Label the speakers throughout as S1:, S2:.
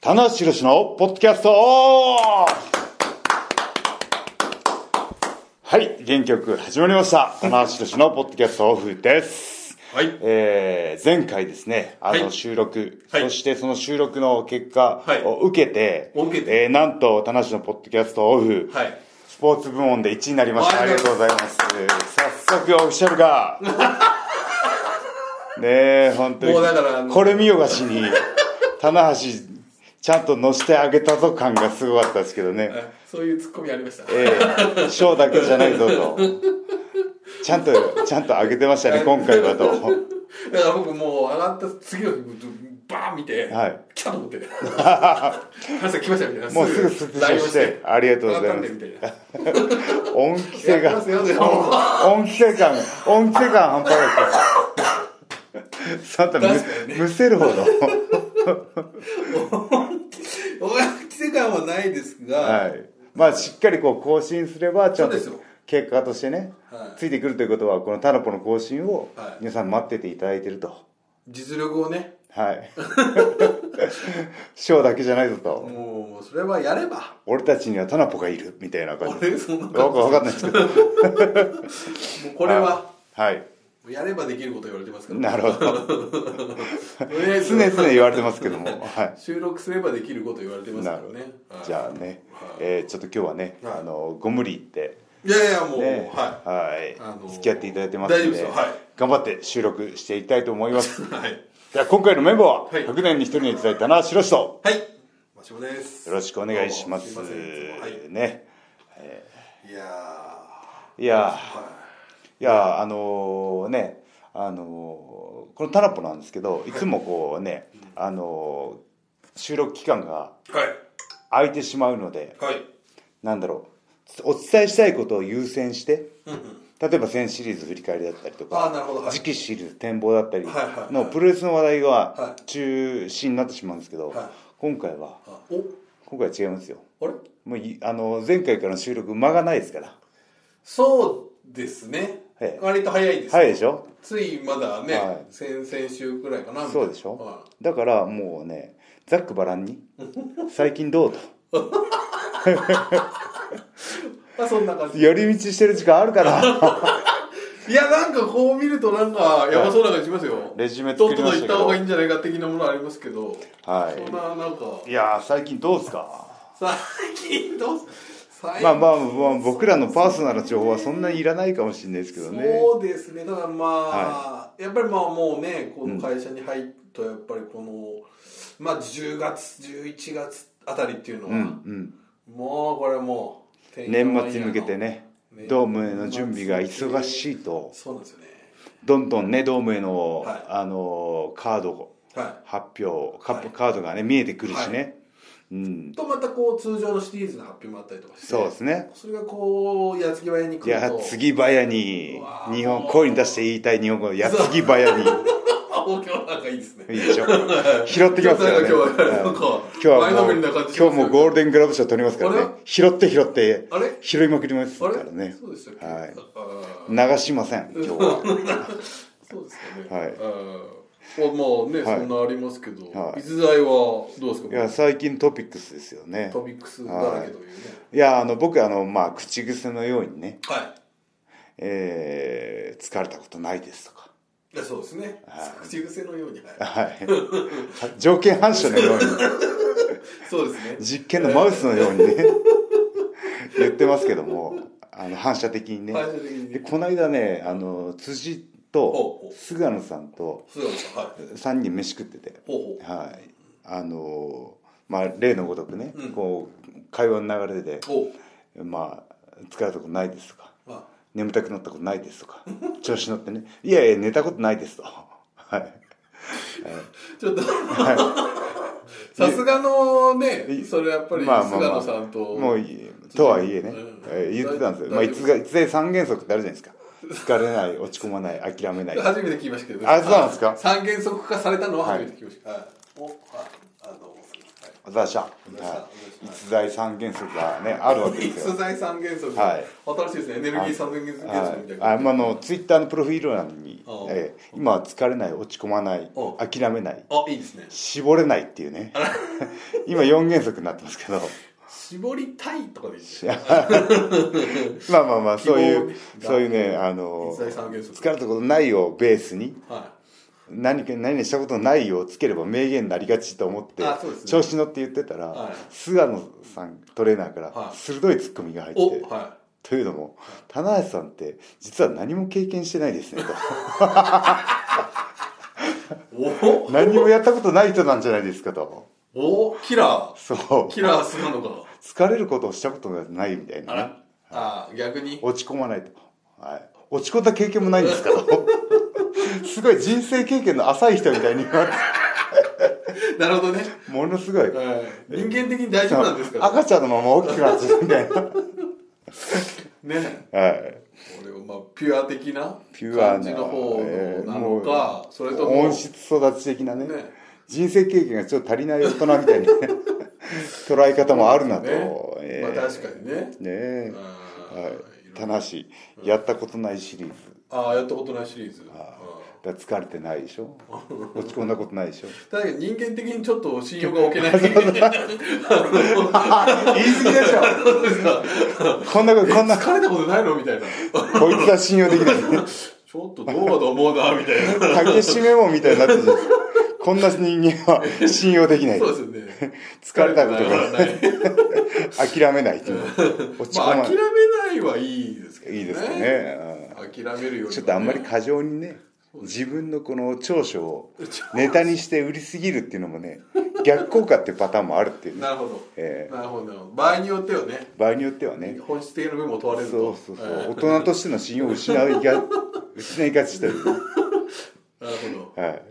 S1: 棚橋宏のポッドキャストはい、原曲始まりました。棚橋宏のポッドキャストオフです。
S2: はい。
S1: えー、前回ですね、あ
S2: は
S1: の
S2: い
S1: 収録、
S2: はい
S1: そしてその収録の結果
S2: はい
S1: を受けて、
S2: を受けて
S1: えーなんと、田無のポッドキャストオフ、
S2: はい。
S1: スポーツ部門で1位になりました。あ
S2: あ
S1: り
S2: り
S1: が
S2: が
S1: と
S2: と
S1: うご
S2: う
S1: ざいます。早速オフィシャル が、ねえ、本当に
S2: もうだからあ、の
S1: これ見よがしに、棚橋、ちゃんと乗せてあげたぞ感がすごかったですけどね。
S2: あそういうツッコミありました。
S1: ええ、ショーだけじゃないぞと。ちゃんと、ちゃんと上げてましたね、今回はと。
S2: だから僕もう上がった次の日、バーン見て、
S1: はい
S2: 来たと思 って。話が来ましたみたいな。
S1: もうすぐスクショして、ありがとうございま
S2: 上が
S1: す。
S2: ったんでみたいな。
S1: 恩着せ
S2: やって
S1: が
S2: ますよでも、
S1: 恩着せ感、恩着せ感半端な いです。そんたむ
S2: 確かにね
S1: むせるほど。
S2: お前、着せ感はないですが、
S1: はい。まあ、しっかりこう更新すれば、ちゃんと
S2: そうですよ
S1: 結果としてね
S2: は、い
S1: ついてくるということは、このタナポの更新を
S2: はい
S1: 皆さん待ってていただいてると。
S2: 実力をね、
S1: はい。ショーだけじゃないぞと。
S2: もう、それはやれば。
S1: 俺たちにはタナポがいる、みたいな感じ。
S2: 俺、そんな
S1: よくわかんないですけど。こ
S2: もうこれは、。
S1: はい。
S2: やればできること言われてますから。
S1: なるほど。
S2: とりあえず
S1: 常々言われてますけども。はい。
S2: 収録すればできること言われてますか
S1: な
S2: ら
S1: るほど
S2: ね。はい
S1: じゃあね、えーちょっと今日はね、
S2: はい
S1: あのご無理言って、
S2: いやいや、もう、
S1: ね
S2: は
S1: はい
S2: あのー
S1: 付き合っていただいてますの
S2: 大丈夫ですよはい
S1: 頑張って収録していきたいと思います
S2: い。 はい。
S1: じゃあ今回のメンバーは、
S2: はい
S1: 100年に1人にいただいたな白石と
S2: はい。マシモです。
S1: よろしくお願いします
S2: どうもすいませんいつもはい
S1: ね
S2: いやー
S1: いやー
S2: はい
S1: やーあのーねあのーこのタナポなんですけどいつもこうね、あのー収録期間が
S2: いはい
S1: 空いてしまうので
S2: はい
S1: なんだろうお伝えしたいことを優先して
S2: うんうん
S1: 例えば全シリーズ振り返りだったりとか
S2: あーなるほどはい
S1: 次期シリーズ展望だったり
S2: はいはいはい
S1: のプロレスの話題
S2: は
S1: が中心になってしまうんですけど、
S2: はい
S1: 今回は
S2: あお
S1: 今回は違いますよ
S2: あれ
S1: もういあの前回からの収録間がないですから
S2: そうですね、
S1: ええ
S2: 割と早いです、
S1: 早いでしょ
S2: ついまだね、
S1: は
S2: 先々週くらいかなみたい
S1: そ
S2: な
S1: うでしょ
S2: は
S1: だからもうねざっくばらんに「最近どう?」と
S2: いまあそんな感じ
S1: 寄り道してる時間あるから
S2: いやなんかこう見るとなんかやばそうな感じしますよ、
S1: レジュメ
S2: と
S1: 作
S2: っ
S1: り
S2: と
S1: まし
S2: と行
S1: た
S2: っ
S1: け
S2: た方
S1: ど
S2: がいいんじゃないか的なものありますけどそん
S1: は
S2: ななんか
S1: いいやー最近どうですか
S2: 最近どう最近
S1: まあまあまあ僕らのパーソナルな情報はそんなにいらないかもしれないですけどね
S2: そうですねただまあ、
S1: は
S2: やっぱりまあもうねこの会社に入ったやっぱりこの、まあ10月11月あたりっていうのは、
S1: うんうん
S2: もうこれはもうてんやわんやの
S1: 年末に向けてね
S2: ね
S1: ドームへの準備が忙しいと
S2: そうなんですよね
S1: どんどんねドームへの、
S2: はい
S1: あのーカード
S2: は
S1: 発表カップ、
S2: はい
S1: カードがね見えてくるしね、
S2: は
S1: うん
S2: いとまたこう通常のシリーズの発表もあったりとかして
S1: そうですね
S2: それがこう矢継ぎ早に来
S1: い
S2: る
S1: や
S2: と
S1: 次早に
S2: うわー
S1: 日本声に出して言いたい日本語や次早に
S2: あ今日なんかいいですね
S1: いい でしょ拾ってきますからね
S2: 今日はなん
S1: うん
S2: か
S1: 今日は
S2: 前の
S1: も
S2: め
S1: う
S2: りな感じし
S1: 今
S2: ま
S1: 日
S2: すよ
S1: もゴールデングラブ賞取りますから
S2: あ
S1: ね拾って拾って
S2: あれ
S1: 拾いまくります
S2: あ
S1: か
S2: れ
S1: らね
S2: そうでしたっけ、
S1: はい
S2: あー
S1: 流しません今日 は
S2: そうですかね。
S1: はい
S2: あまあね、
S1: はい
S2: そんなありますけど、
S1: はい
S2: 逸材はどうですか。
S1: いや最近トピックスですよね
S2: トピックスだらけというね。
S1: いやあの僕あの、まあ、口癖のようにね、
S2: はい。
S1: えー疲れたことないですとか、
S2: いやそうですね
S1: は。
S2: 口癖のように。はい
S1: はい、 条件反射のよう
S2: そうですね
S1: に。実験のマウスのようにね 言ってますけどもあの反射的 にね
S2: 反射的に
S1: で
S2: ね。
S1: この間ねあの辻
S2: ほう
S1: と
S2: ほう
S1: 菅野さんと
S2: そうなんですか。はい。
S1: 3人飯食ってて
S2: ほうほう。
S1: はいあのまあ例のごとくね、
S2: うん
S1: こう会話の流れで
S2: ほ
S1: 「まあ疲れたことないです」とか
S2: う。ま
S1: 眠たくなったことないですとか調子乗ってねいやいや寝たことないですとはい
S2: あ、ちょっと。 さすがのね
S1: い、
S2: それやっぱり菅
S1: まあまあまあ
S2: 野さんと。
S1: もういいとはいえね、
S2: うん
S1: えー言ってたんですよ、
S2: 大
S1: まあ、
S2: 大丈夫
S1: いつがいつで三原則ってあるじゃないですか疲れない落ち込まない諦めない
S2: 初めて聞きましたけど。
S1: あそうなんですか
S2: 三原則化されたのは初めて聞きました。はい。お、あ、あどうも。はい
S1: あざっしゃ
S2: ざっしゃ
S1: は
S2: ざっしゃ
S1: い逸材三原則がねあるわけです
S2: 逸
S1: よ
S2: 材三原則、
S1: はい
S2: 新しいですねエネルギー三原則みたいな、
S1: はい、あまああのツイッターのプロフィール欄に
S2: ああ
S1: 「えー今は疲れない落ち込まない
S2: あ
S1: 諦めない
S2: あいいですね
S1: 絞れない」っていう ね今4原則になってますけど
S2: 絞りたいとかでいいですね
S1: まあまあまあそういう
S2: 希望が
S1: そういうねあの
S2: 逸材三原則
S1: 疲れたことないをベースに
S2: は
S1: 何か何々したことないをつければ名言になりがちと思って、
S2: あそうですね
S1: 調子乗って言ってたら、
S2: はい
S1: 菅野さんトレーナーから
S2: はい
S1: 鋭いツッコミが入
S2: い
S1: って、
S2: おは
S1: というのも棚橋さんって実は何も経験してないですね
S2: いお
S1: と 何もやったことない人なんじゃないですかと
S2: おキラ
S1: そう
S2: ーキラーすなのか
S1: 疲れることをしたことがないみたい
S2: あ
S1: なね
S2: らあ逆に
S1: 落ち込まないと、はい、落ち込んだ経験もないんですから すごい人生経験の浅い人みたいに言われて
S2: なるほどね、
S1: ものすごい
S2: はい人間的に大丈夫なんですから
S1: 赤ちゃんのまま大きくなっちゃうみたいな
S2: ね
S1: はい
S2: 俺はまあピュア的な
S1: ピュアな
S2: 感じの方
S1: えー
S2: のなのか、それとも
S1: 温室育ち的なね
S2: ね
S1: 人生経験がちょっと足りない大人みた いな捉え方もあるなと、え
S2: まあ
S1: ー
S2: 確かにね、
S1: ねえ
S2: うん
S1: はい
S2: いろいろ
S1: 棚橋やったことないシリーズ
S2: ああやったことないシリーズ
S1: だから疲れてないでしょ落ち込んだことないで しょ
S2: だけど人間的にちょっと信用が置 けないあ
S1: 言い過ぎでしょ
S2: のそうですか
S1: こんなことこんなこ
S2: 疲れたことないのみたいな
S1: いつは信用できない
S2: ちょっとどうかと思うなみたいな
S1: 竹締めもみたいになってるじゃないですかこんな人間は信用できない
S2: そうですよね
S1: 疲れたこと
S2: 疲
S1: が
S2: れたことない
S1: 諦めないという落ち
S2: ま
S1: 込
S2: あ
S1: ま
S2: 諦
S1: な
S2: め
S1: い
S2: ないはいいですけどね
S1: いいですかね、うん
S2: 諦めるよりはね
S1: ちょっとあんまり過剰にね自分のこの長所 をネタにして売りすぎるっていうのもね逆効果っていうパターンもあるっていうね
S2: なるほど、
S1: え
S2: なるほどなるほど場合によってはね
S1: 場合によってはね
S2: 本質的な部分も問わ
S1: そ
S2: れ
S1: う
S2: る
S1: そ
S2: と
S1: うそう、
S2: え
S1: 大人としての信用を失い が失いがちというね、
S2: えなるほど
S1: はい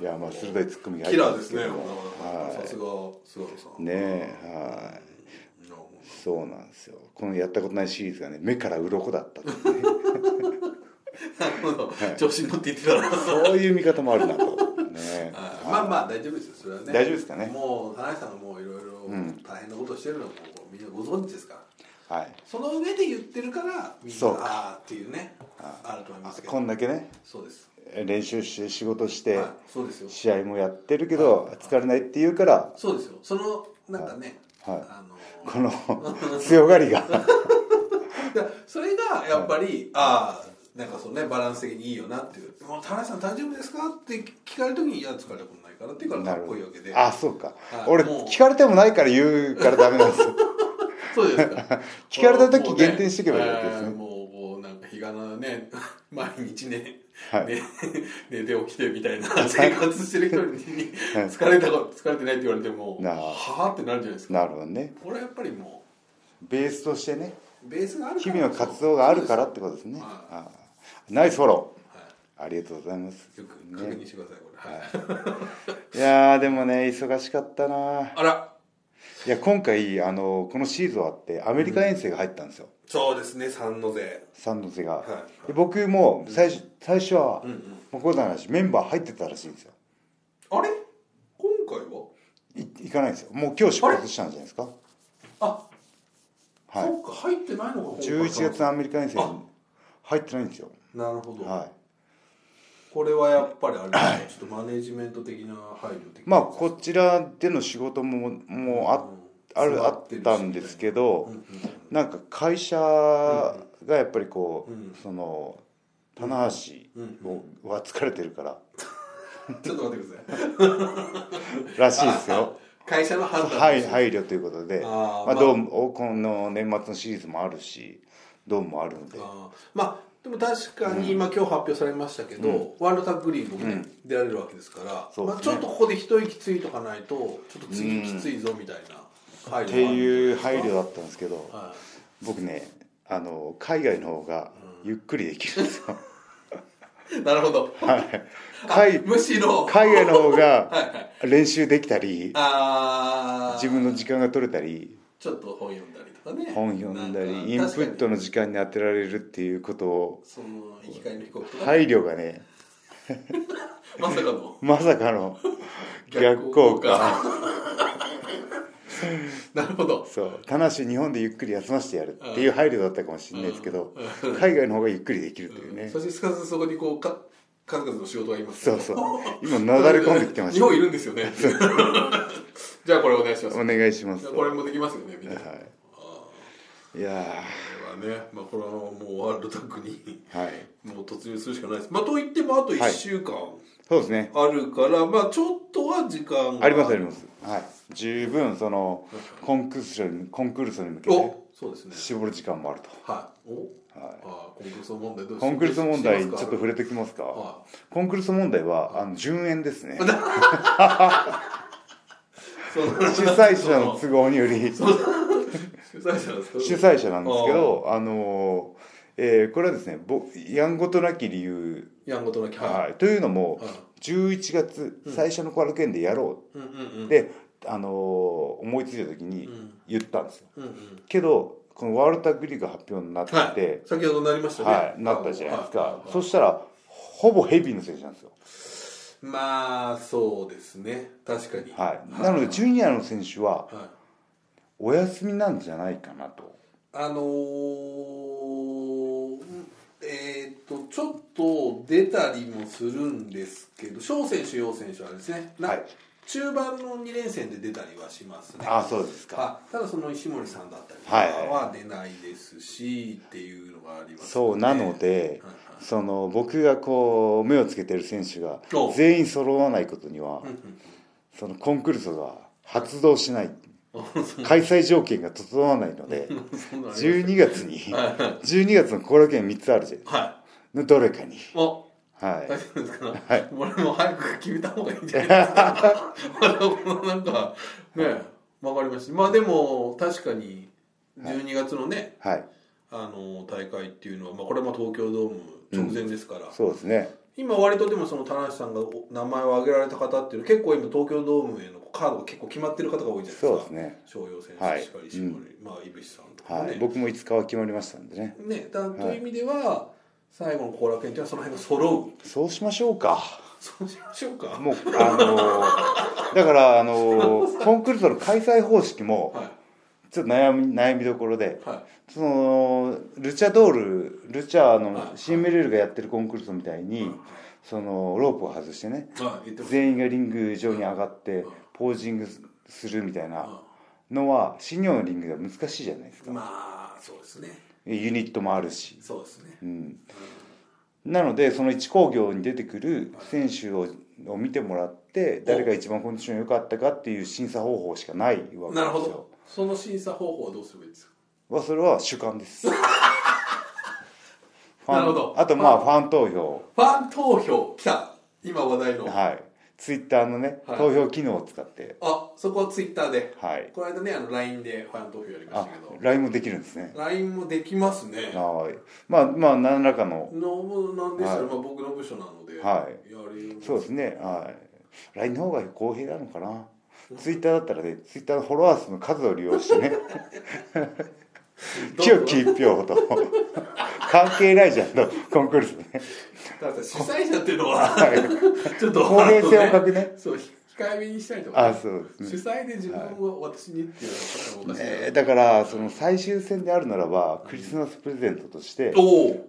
S1: いやまあ鋭いツッコミが
S2: キラーですね
S1: 入
S2: な
S1: っ
S2: る
S1: て
S2: ほ
S1: ますけども
S2: どさすが菅野さ
S1: はい
S2: ん
S1: ねえはい
S2: なるほど
S1: そうなんですよこのやったことないシリーズがね目から鱗だったっていう ね
S2: なるほど、調子に乗って言ってたら、
S1: そういう見方もあるなとね
S2: はいまあまあ大丈夫ですよそれはね
S1: 大丈夫ですかね
S2: もう田中さんがもういろいろ大変なことしてるのはもうみんなご存知ですから
S1: はい
S2: その上で言ってるからみんな
S1: そうか
S2: ああっていうねあると思いますけ
S1: こ
S2: ど
S1: んだけね
S2: そうです、
S1: 練習して仕事して、
S2: はい、そうですよ
S1: 試合もやってるけど疲れないって言うから
S2: そうですよそのなんかね、
S1: はい
S2: あの
S1: この強がり が
S2: だからそれがやっぱり、ああなんかそうねバランス的にいいよなっていう「もう田中さん大丈夫ですか?」って聞かれる時に「いや疲れたことないから」って言うからかっこいいわけで
S1: あそうか
S2: はい
S1: 俺
S2: もう
S1: 聞かれてもないから言うからダメなんです よ
S2: そうですか
S1: 聞かれた時減点していけばいいわけですね
S2: もうねえーもうもうなんか日がなね 毎日ね、
S1: はい
S2: ね 寝て起きてみたいな生活してる人に疲れたこと疲れてないって言われても
S1: なあ
S2: はあってなるじゃないですか
S1: なるほどね
S2: これはやっぱりも
S1: ベースとしてね
S2: うベースがある
S1: 日
S2: から
S1: 々の活動があるからってことですね
S2: はい
S1: あーナイスフォロ
S2: は
S1: ーありがとうございます
S2: い、よく確認してくださいこれ、は
S1: い
S2: い、
S1: やーでもね忙しかったな
S2: あら
S1: いや今回あのこのシーズン終わってアメリカ遠征が入ったんですよ
S2: そうですね三の勢
S1: 三の瀬が
S2: はい
S1: で僕も最初最初は
S2: うんうん
S1: もうこうだ話メンバー入ってたらしいんですよ
S2: あれ今回はい
S1: 行かないんですよもう今日出発したんじゃないですか
S2: あ、
S1: はい
S2: そっか入ってないのが今回
S1: 11月のアメリカ遠征に入ってないんですよ
S2: なるほど、
S1: は
S2: これはやっぱりあれですかちょっとマネジメント的な配慮的
S1: いまあこちらでの仕事ももうああるあったんですけどなんか会社がやっぱりこ
S2: うん
S1: うその棚橋
S2: うん
S1: をは疲れてるから
S2: ちょっと待ってください
S1: らしいですよ
S2: 会社の判断
S1: はい配慮ということで
S2: あー
S1: ま
S2: ま
S1: あ
S2: あ
S1: どうもこの年末のシリーズもあるしどうもあるので
S2: あーまあでも確かに今今日発表されましたけど、ワールドタッグリーグもね、出られるわけですから
S1: そうですね
S2: まあ、ちょっとここで一息ついとかないとちょっと次きついぞみたいな配慮もある
S1: っ
S2: んじ
S1: て
S2: ゃ
S1: い
S2: な
S1: う
S2: ですか
S1: 配慮だったんですけど
S2: は
S1: 僕ねあの海外の方がゆっくりできるんですよ、
S2: いなるほど、
S1: 海
S2: むしろ
S1: 海外の方
S2: はい
S1: が
S2: はい
S1: 練習できたり
S2: ああ
S1: 自分の時間が取れたり
S2: ちょっと本読んだりとかね
S1: 本読んだ
S2: なか
S1: りインプット
S2: 確かに
S1: の時間に当てられるっていうことを
S2: その行き帰りの飛行機とか、
S1: 配慮がね
S2: まさかの
S1: まさかの逆効果
S2: なるほど
S1: そう棚橋日本でゆっくり休ませてやるっていう配慮だったかもしれないですけど
S2: うん
S1: 海外の方がゆっくりできるという
S2: う
S1: ね
S2: んそしてすかさずそこにこうか数々の仕事がいます
S1: そうそう今なだれ込んできてまし
S2: 日
S1: た
S2: 本いるんですよねじゃあこれお願いします
S1: お願いします
S2: じゃあこれもできますよねみんなこ
S1: はいいや
S2: れはねまあこれはもうワールドタッグに
S1: ーはい
S2: もう突入するしかないですまあと言ってもあと1週間
S1: そうですね
S2: あるから、まあちょっとは時間が
S1: ありますありますはい十分そのコンクールスにコンクールスに向けて
S2: おそうですね
S1: 絞る時間もあると
S2: はいお、
S1: はい
S2: あーコンクルーソ問題どう
S1: コンクールス問題ちょっと触
S2: れ
S1: れてきますか
S2: あ
S1: コンクールス問題はあの順延ですね
S2: 主
S1: 主催者の都合により
S2: 主催者なんですか
S1: 主催者なんですけどあのーえーこれはですねぼやんごとなき理由、
S2: やんごとなき
S1: はい、というのも
S2: はい
S1: 11月
S2: うん
S1: 最初のコラルケンでやろ
S2: うんうんうん
S1: うで、あのー思いついた時
S2: う
S1: に
S2: ん
S1: 言ったんですよ
S2: うんうん
S1: けどこのワールドタッグリーグが発表になってて、
S2: はい先ほどなりましたね
S1: はい、なったじゃないです
S2: は
S1: か
S2: は
S1: そしたらほぼヘビーの選手なんですよ、
S2: まあそうですね確かに
S1: はい、なのでジュニアの選手は
S2: はい
S1: お休みなんじゃないかなと
S2: あのーえーっとちょっと出たりもするんですけど翔選手、陽選手はですね、な
S1: はい
S2: 中盤の2連戦で出たりはしますね。
S1: あそうですか
S2: あただその石森さんだったりとか
S1: はいはい
S2: は出ないですし、っていうのがありますね
S1: そうなので、
S2: はいはい
S1: その僕がこう目をつけてる選手が
S2: お
S1: 全員揃わないことには、
S2: うん
S1: そのコンクルソが発動しない
S2: うんうん そ
S1: 開催条件が整わないので
S2: ん なのあり
S1: 12月に
S2: ますはい
S1: 12月の後楽園3つあるじゃん
S2: は
S1: のどれかに
S2: いお大丈
S1: は
S2: 夫ですか、
S1: はい
S2: 俺も早く決めた方がいいんじゃないですか まだこのなんかねわかりましたまあでも確かに12月のね、
S1: いはい
S2: あの大会っていうのは、まあ、これも東京ドーム直前ですから、
S1: そうですね
S2: 今割とでもその田中さんがお名前を挙げられた方っていうのは結構今東京ドームへのカードが結構決まってる方が多いじゃないですか
S1: そうですね
S2: 翔陽選
S1: は
S2: 手
S1: い
S2: しかりしもり、まあ井渕さんとか
S1: は
S2: ね、
S1: い僕も5日は決まりましたんでね
S2: ねだという意味では、最後の後楽園っていうのはその辺が揃う
S1: そうしましょうか
S2: そうしましょうか
S1: もうあのーだからあのーコンクルソの開催方式も
S2: は
S1: ちょっと悩み悩みどころで
S2: いはい
S1: そのルチャドールルチャー
S2: は
S1: の
S2: い
S1: CMLL がやってるコンクルールみたいにそのロープを外してね
S2: はい、言ってます。
S1: 全員がリング上に上がって
S2: うん
S1: ポージングするみたいなのは新日本のリングでは難しいじゃないですか
S2: まあ、そうですね。
S1: ユニットもあるし、
S2: そうですね
S1: う。ん、なのでその一工業に出てくる選手をを見てもらって誰が一番コンディション良かったかっていう審査方法しかないわけですよ
S2: なるほど。その審査方法はどうすればいいですか。
S1: はそれは主観です ファン
S2: なるほど
S1: あとまあファン投票
S2: ファン投票、来た。今話題の。
S1: はいツイッターのね、
S2: はい
S1: 投票機能を使って
S2: あ、そこはツイッターで。
S1: はい
S2: この間ね、あの LINE でファン投票やりまし
S1: あ
S2: たけど。
S1: LINE もできるんですね
S2: LINE もできますね。
S1: はいまあまあ何らかの
S2: のもなんですよ、
S1: はい
S2: まあ僕の部署なので。。
S1: はい
S2: やります
S1: そうですねはい LINE の方が公平なのかなツイッターだったらねツイッターのフォロワー数の数を利用してね
S2: どう
S1: 清き一票と関係ないじゃんのコンクールですね
S2: ただ主催者っていうのは、 ちょっと、
S1: 公平性を欠くね
S2: そう、ひ控えめにしたいとか、
S1: あそうですね
S2: 主催で自分を私にっていうのは、おかしい
S1: えーだからその最終戦であるならばクリスマスプレゼントとして
S2: おー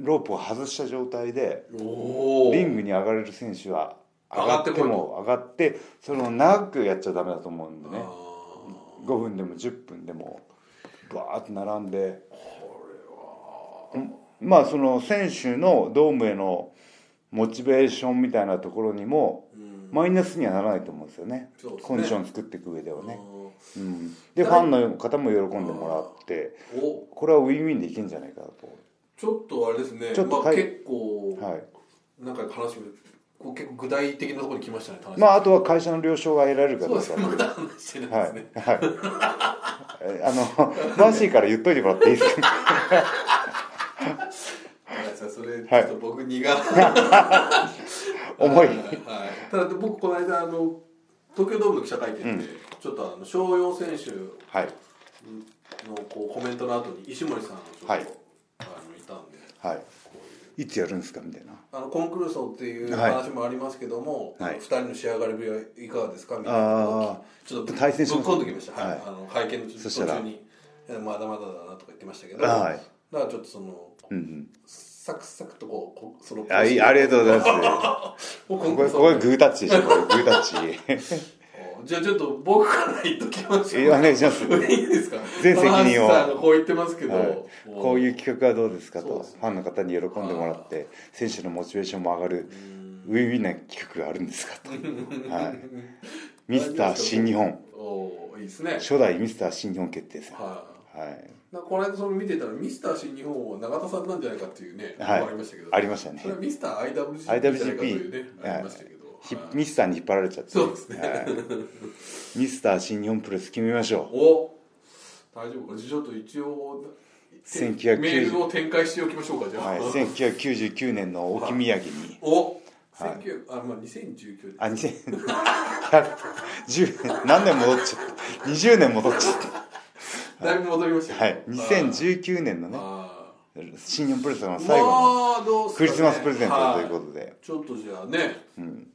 S1: ロープを外した状態で
S2: おー
S1: リングに上がれる選手は上がって
S2: 上がってこい
S1: も上がってその長くやっちゃダメだと思うんでね
S2: あ
S1: 5分でも10分でもバーッと並んでうんまあその選手のドームへのモチベーションみたいなところにも
S2: ーうん
S1: マイナスにはならないと思うんですよね
S2: そうですね
S1: コンディション作っていく上ではね、
S2: あ
S1: うん、でファンの方も喜んでもらって
S2: ーお
S1: これはウィンウィンでいけんじゃないかなと
S2: ちょっとあれですね
S1: ちょっと
S2: まあ、
S1: かい
S2: 結構、
S1: はい
S2: なんか話もこう結構具体的なところに来ましたね田中さん
S1: まああとは会社の了承が得られるか
S2: そ
S1: ど
S2: う
S1: う
S2: で
S1: か
S2: すねまだ話してない
S1: はい
S2: ですね、
S1: はいえあのマーシーから言っといてもらっていいですか
S2: 田中さんそれちょ
S1: はい
S2: っと僕苦が
S1: 重い
S2: はい、ただ僕この間あの東京ドームの記者会見で、ちょっとあの翔陽選手
S1: はい
S2: のこうコメントの後に石森さんのちょっと、
S1: はい
S2: あのいたんで
S1: はいいつやるんですかみたいな
S2: あのコンクルーソっていう
S1: はい
S2: 話もありますけども、
S1: はい
S2: 2人の仕上がりぶりはいかがですかみたいな
S1: ああ
S2: ちょっと
S1: 対戦しま
S2: ぶっ
S1: す
S2: 込んできました、はい
S1: はい
S2: あの会見の
S1: そ
S2: 途
S1: したら
S2: 中にいやまだまだだなとか言ってましたけど、
S1: はい
S2: だからちょっとその
S1: うんうん
S2: サクサクとこうこその
S1: あいいありがとうござい ます
S2: もうコ
S1: こ
S2: ンク
S1: ここ
S2: ルーソ
S1: こがグータッチでしょこれグータ ッチ
S2: じゃあちょっと僕から言っときます
S1: えお願いします
S2: いいですか
S1: 全責任を
S2: バランスさんがこう言ってますけど、
S1: はいこういう企画はどうですか
S2: そう
S1: と
S2: ですね
S1: ファンの方に喜んでもらって選手のモチベーションも上がるウィンウィンな企画があるんですかと、 はい、ミスター新日本
S2: おーいいですね
S1: 初代ミスター新日本決定戦は
S2: はい
S1: い
S2: なんかこの間その見てたらミスター新日本は永田さんなんじゃないかっていうね、
S1: はい
S2: ありましたけど
S1: ありましたね
S2: それはミスター IWGP じゃないかというね
S1: IWGP
S2: ありましたけど、
S1: ひ
S2: はい
S1: ミスターに引っ張られちゃって
S2: そうですね
S1: はいミスター新日本プロレス決めましょ
S2: お大丈夫かちょっと一応てメ
S1: 1990
S2: ールを展開しておきましょうかじ
S1: う、
S2: ゃあ、
S1: はい、1999年の沖宮城に
S2: お19あまあ2019
S1: あ2010年何年戻っちゃった20年戻っちゃっ
S2: だいぶ戻りました
S1: たはい
S2: ね
S1: 2019年のね新日本プロレスの最
S2: 最
S1: 後の
S2: 後の
S1: クリスマスプレゼントということで、
S2: ちょっとじゃあね
S1: という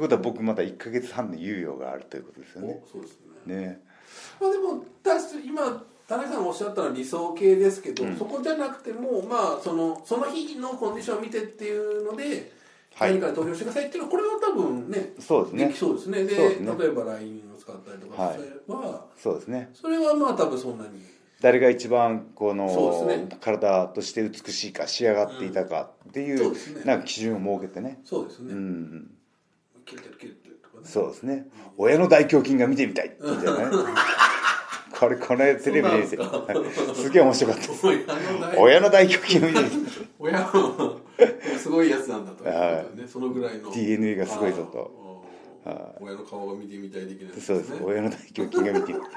S1: ことは僕まだ1か月半の猶予があるということですよね
S2: おそうですね
S1: ね
S2: まあでも確かに今田中さんがおっしゃったのは理想系ですけど、そこじゃなくてもまあそのその日のコンディションを見てっていうので、
S1: はい
S2: 何かに投票してくださいっていうのはこれは多分ね
S1: そうです
S2: で
S1: ね
S2: きそうですねで
S1: そうですね
S2: 例えば LINE を使ったりとかすれば、
S1: そうですね
S2: それはまあ多分そんなに
S1: 誰が一番こ
S2: そう
S1: の、
S2: ですね
S1: 体として美しいか仕上がっていたかってい
S2: そう
S1: う,、
S2: ですね
S1: なんか基準を設けてね
S2: そうですね、
S1: うん
S2: 切れてる切れてるとかね
S1: そうですね親の大胸筋が見てみたいみたいな ねこれこの間テレビで見て
S2: そうなん
S1: すげえ面白かったです
S2: 親の代
S1: 親の大胸筋を見てみたい
S2: 親はすごいやつなんだということでねそのぐらいの
S1: DNA がすごいぞ と
S2: あー親の顔が見てみたい的なやつ
S1: そうです親の大胸筋が見てみたい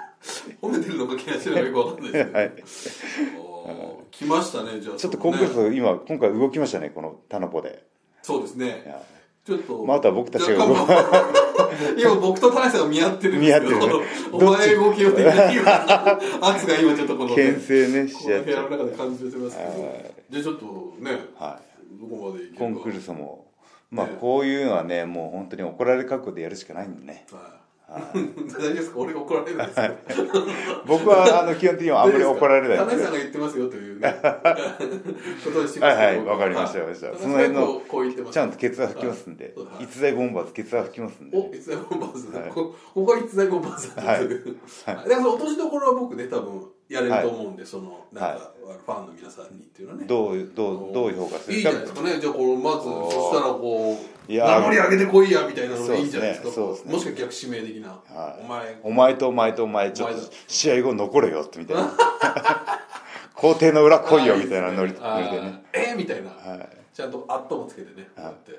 S2: 褒めてるのか気がしないのかよくわかんないですけど、
S1: はい
S2: おー来ましたねじゃあ
S1: ちょっとコンクルール今今回動きましたねこのタナポで
S2: そうですね
S1: はい
S2: ちょっと
S1: まああとは僕たちが
S2: 若干今僕と田中さんが見合ってるんですけど
S1: 見合ってるね
S2: お前動きをできないような圧が今ちょっとこのね、
S1: 牽制ねし
S2: こ
S1: ちゃっ
S2: の
S1: ち
S2: 部屋
S1: ゃ
S2: の
S1: う
S2: 中で感じてますけどじゃあちょっとね
S1: は
S2: どこまでいける
S1: い
S2: か
S1: コンクルールもまあ
S2: ね
S1: こういうのはねもう本当に怒られる覚悟でやるしかないんで ね
S2: はい大丈夫ですか俺が怒られるんですか
S1: 僕はあの基本的にはあんまり怒られない
S2: 田
S1: んで
S2: 中さんが言ってますよと いうねことにしてます
S1: はいはいわかりましたわかりました
S2: そ
S1: そ
S2: の
S1: の
S2: 辺
S1: 辺
S2: の
S1: の
S2: こうこう言ってます
S1: ちゃんとケツは吹きますんで
S2: はい
S1: 逸材ボンバーズケツは吹きますんで
S2: お、
S1: ね
S2: いつだゴンバーズ、
S1: はい
S2: こここがいつだゴンバーズだ
S1: はい
S2: という、だからその落としどころは僕ね多分やれると思うんで、そのなんか、
S1: は
S2: ファンの皆さんにっていうのはね
S1: どうどうどう評価す
S2: い
S1: る
S2: いじゃ
S1: か
S2: ないですかねじゃあこれまず
S1: おー
S2: そしたらこう
S1: いやー
S2: 名乗り上げてこいやみたいなのでいいんじゃないですか
S1: そうですねそうですね
S2: もしくは逆指名的な、
S1: はい
S2: お前
S1: お前とお前とお前ちょっ
S2: お
S1: と
S2: 前だ
S1: 試合後残れよってみたいな校庭の裏来いよみたいなノリ
S2: あー
S1: ノリでね
S2: あーえー、みたいな、
S1: はい
S2: ちゃんと「あっと」もつけてねこうやって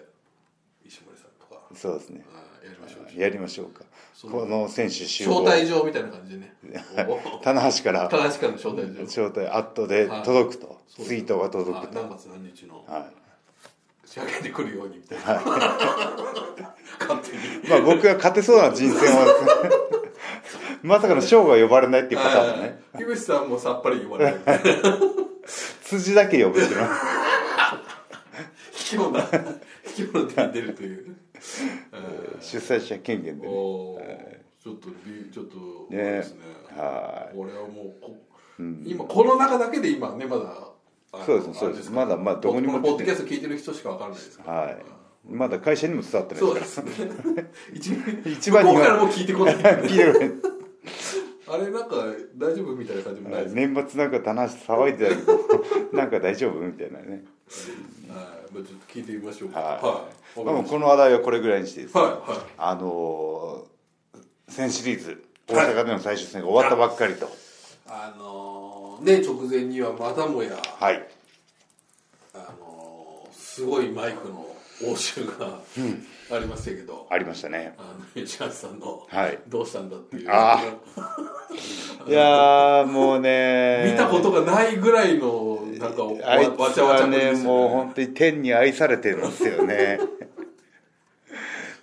S2: 石森さんとか
S1: そうですね
S2: あーやりましょう
S1: やりましょうか
S2: そう
S1: この選手集
S2: 招
S1: 合
S2: 待状みたいな感じでねお ー
S1: 棚橋から
S2: 正しかの招待
S1: 招
S2: 状
S1: 待アットで届くと、
S2: そう
S1: ツイートが届く
S2: あ
S1: と、
S2: 何月何日の
S1: は
S2: 仕上げてくるようにみたいな、 勝手に
S1: い、まあ僕が勝てそうな人選は まさかの賞が呼ばれないっていうパターンだね
S2: 樋口さんもさっぱり言われない
S1: 辻だけ呼ぶっていうのは
S2: 引き物だ引き物って出る という、え
S1: 主催者権限で
S2: ー、
S1: ね
S2: おーちょっとびちょっと
S1: ね
S2: ですね
S1: は
S2: これはもうこ、今この中だけで今ねまだあの
S1: そうですね
S2: あれ
S1: そうですまだまだどこにも
S2: このポッドキャスト聞いてる人しかわからないです
S1: い、
S2: から
S1: はい、まだ会社にも伝わってない
S2: そう
S1: で
S2: ですすね一
S1: 一番
S2: 向こうからも聞いてこない
S1: から聞いてくれ
S2: あれなんか大丈夫みたいな感じもないです
S1: 年末なんか棚橋騒いでたけど なんか大丈夫みたいなね、
S2: はい、まあちょっと聞いてみましょうか。
S1: は
S2: はい。
S1: い、
S2: わ
S1: ま
S2: か
S1: あも
S2: り
S1: う
S2: まし
S1: この話題はこれぐらいにしてです
S2: た
S1: ね
S2: はい、は
S1: あのー、先シリーズ大
S2: はい
S1: 阪での最終戦が終わったばっかりと
S2: い。あのー、ね、直前にはまたもや、
S1: はい
S2: あのー、すごいマイクの応酬が、ありましたけど、
S1: ありましたね
S2: あの、吉橋さんの、
S1: はい
S2: どうしたんだっていう。
S1: あいやーもうね
S2: 見たことがないぐらいの、なんか、
S1: あい
S2: わわ
S1: つ
S2: ちゃわちゃ
S1: は
S2: ぶり
S1: ね
S2: です
S1: もう
S2: よね。
S1: 本当に天に愛されてるんですよね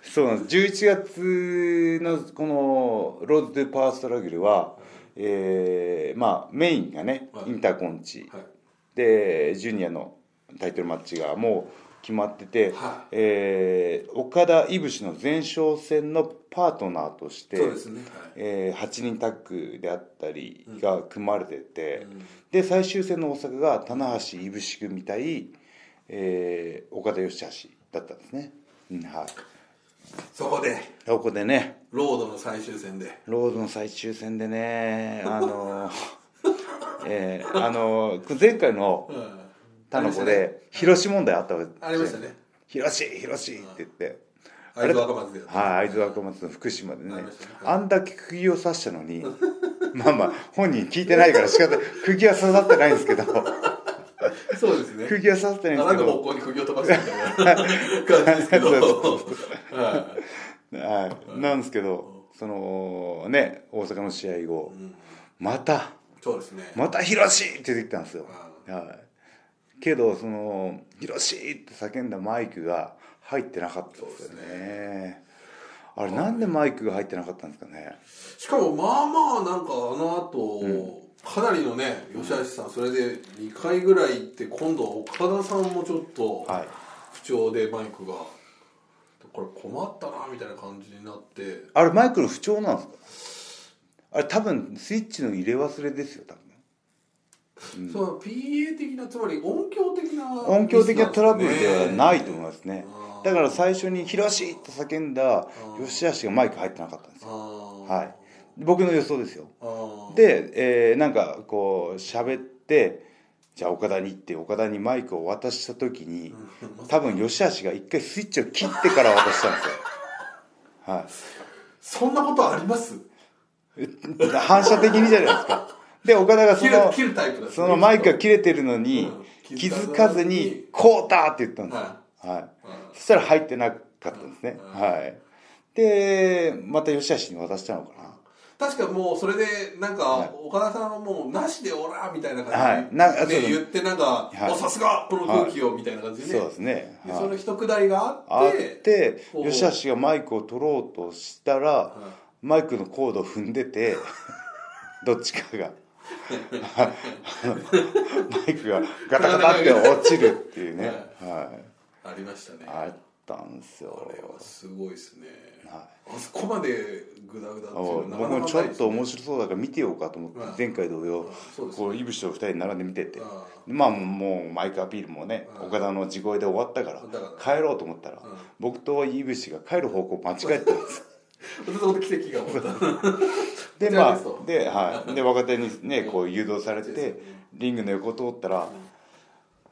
S1: そうなんです11月のこの「ロード・トゥ・パワーストラグルは」えーまあメインがね
S2: はい
S1: インターコンチ、
S2: はい
S1: でジュニアのタイトルマッチがもう決まってて、
S2: は
S1: えー岡田井伏の前哨戦のパートナーとして
S2: そうですねはい
S1: えー8人タッグであったりが組まれてて、
S2: うん
S1: で最終戦の大阪が棚橋いぶし組みたい、えー岡田義橋だったんですね、うんはい、
S2: そこで
S1: ここでね
S2: ロードの最終戦で
S1: ロードの最終戦でねあ のーえーあのー前回の
S2: うん
S1: 田の子で広島問題あったわけ
S2: ありましたね
S1: 広し広しって言って
S2: あれ若松で
S1: はい会津若松の福島でね
S2: ありましたね
S1: あんだけ釘を刺したのに まあまあ本人聞いてないから仕方ない釘は刺さってないんです けど
S2: そうですね
S1: 釘は刺さってないんで
S2: あ
S1: す
S2: ら
S1: け
S2: ぬ方
S1: ど
S2: 向に釘を飛ばしてみたいな感じですけど
S1: そう
S2: は
S1: はいなんですけどそのね大阪の試合後
S2: いうん
S1: また
S2: そうですね
S1: また「広し!」って出てきたんですよ、
S2: う
S1: はい、けどその「広し!」って叫んだマイクが入ってなかったんですよ
S2: そう
S1: ね
S2: です
S1: あれなんでマイクが入ってなかったんですかね
S2: しかもまあまあなんかあの後、かなりのね吉橋さんそれで2回ぐらい行って今度は岡田さんもちょっと
S1: はい
S2: 不調でマイクがこれ困ったなみたいな感じになって
S1: あれマイクの不調なんですかあれ多分スイッチの入れ忘れですよ多分
S2: その PA 的なつまり音響的な
S1: 音響的なトラブルではないと思いますね
S2: あー
S1: だから最初に「広し!」って叫んだ吉橋がマイク入ってなかったんですよ
S2: は
S1: はい僕の予想ですよ
S2: い
S1: で、えーなんかこう喋ってじゃあ岡田に行って岡田にマイクを渡した時に多分吉橋が一回スイッチを切ってから渡したんですよはい
S2: そんなことあります
S1: 反射的にじゃないですかで岡田がそ
S2: 切る
S1: の
S2: 切るタイプだ
S1: そのマイクが
S2: は
S1: 切れてるのに
S2: うん
S1: 気づかずに「こうだ!」って言ったんですよ、はい
S2: い
S1: そしたら入ってなかったんですね、
S2: うん
S1: はいでまた吉橋に渡したのかな
S2: 確かもうそれでなん
S1: はい
S2: か岡田さんはもうなしでおらみたいな
S1: は
S2: 感
S1: い
S2: じ
S1: なそう
S2: で
S1: で
S2: ね
S1: す
S2: 言ってなんか
S1: はい
S2: おさすがこの空気をみたいな感じでね
S1: そうですね、
S2: で
S1: はい
S2: その一くだりがあ
S1: あっ
S2: っ
S1: てて
S2: こう
S1: 吉橋がマイクを取ろうとしたらマイクのコードを踏んで てどっちかが あのマイクがガタガタって落ちるっていうね、はい、
S2: ありましたね
S1: あったんですよ
S2: これはすごいですね
S1: は
S2: あそこまでグダグダっていうのは
S1: 僕
S2: なかな
S1: も
S2: か
S1: ちょ
S2: ない
S1: っ
S2: です
S1: と面白そうだから見てようかと思って
S2: うん
S1: 前回同様
S2: そうですね
S1: こういぶしと二人並んで見てて
S2: あ
S1: まあもうマイクアピールもね
S2: うん
S1: 岡田の地声で終わったから
S2: だか
S1: 帰ろうと思ったら
S2: ん
S1: 僕といぶしが帰る方向間違えてたんです
S2: 私のこと奇跡が起こった
S1: で
S2: じゃあ
S1: ま
S2: ゲス ト
S1: あで,、はい、で若手にねこう誘導されてリングの横通ったら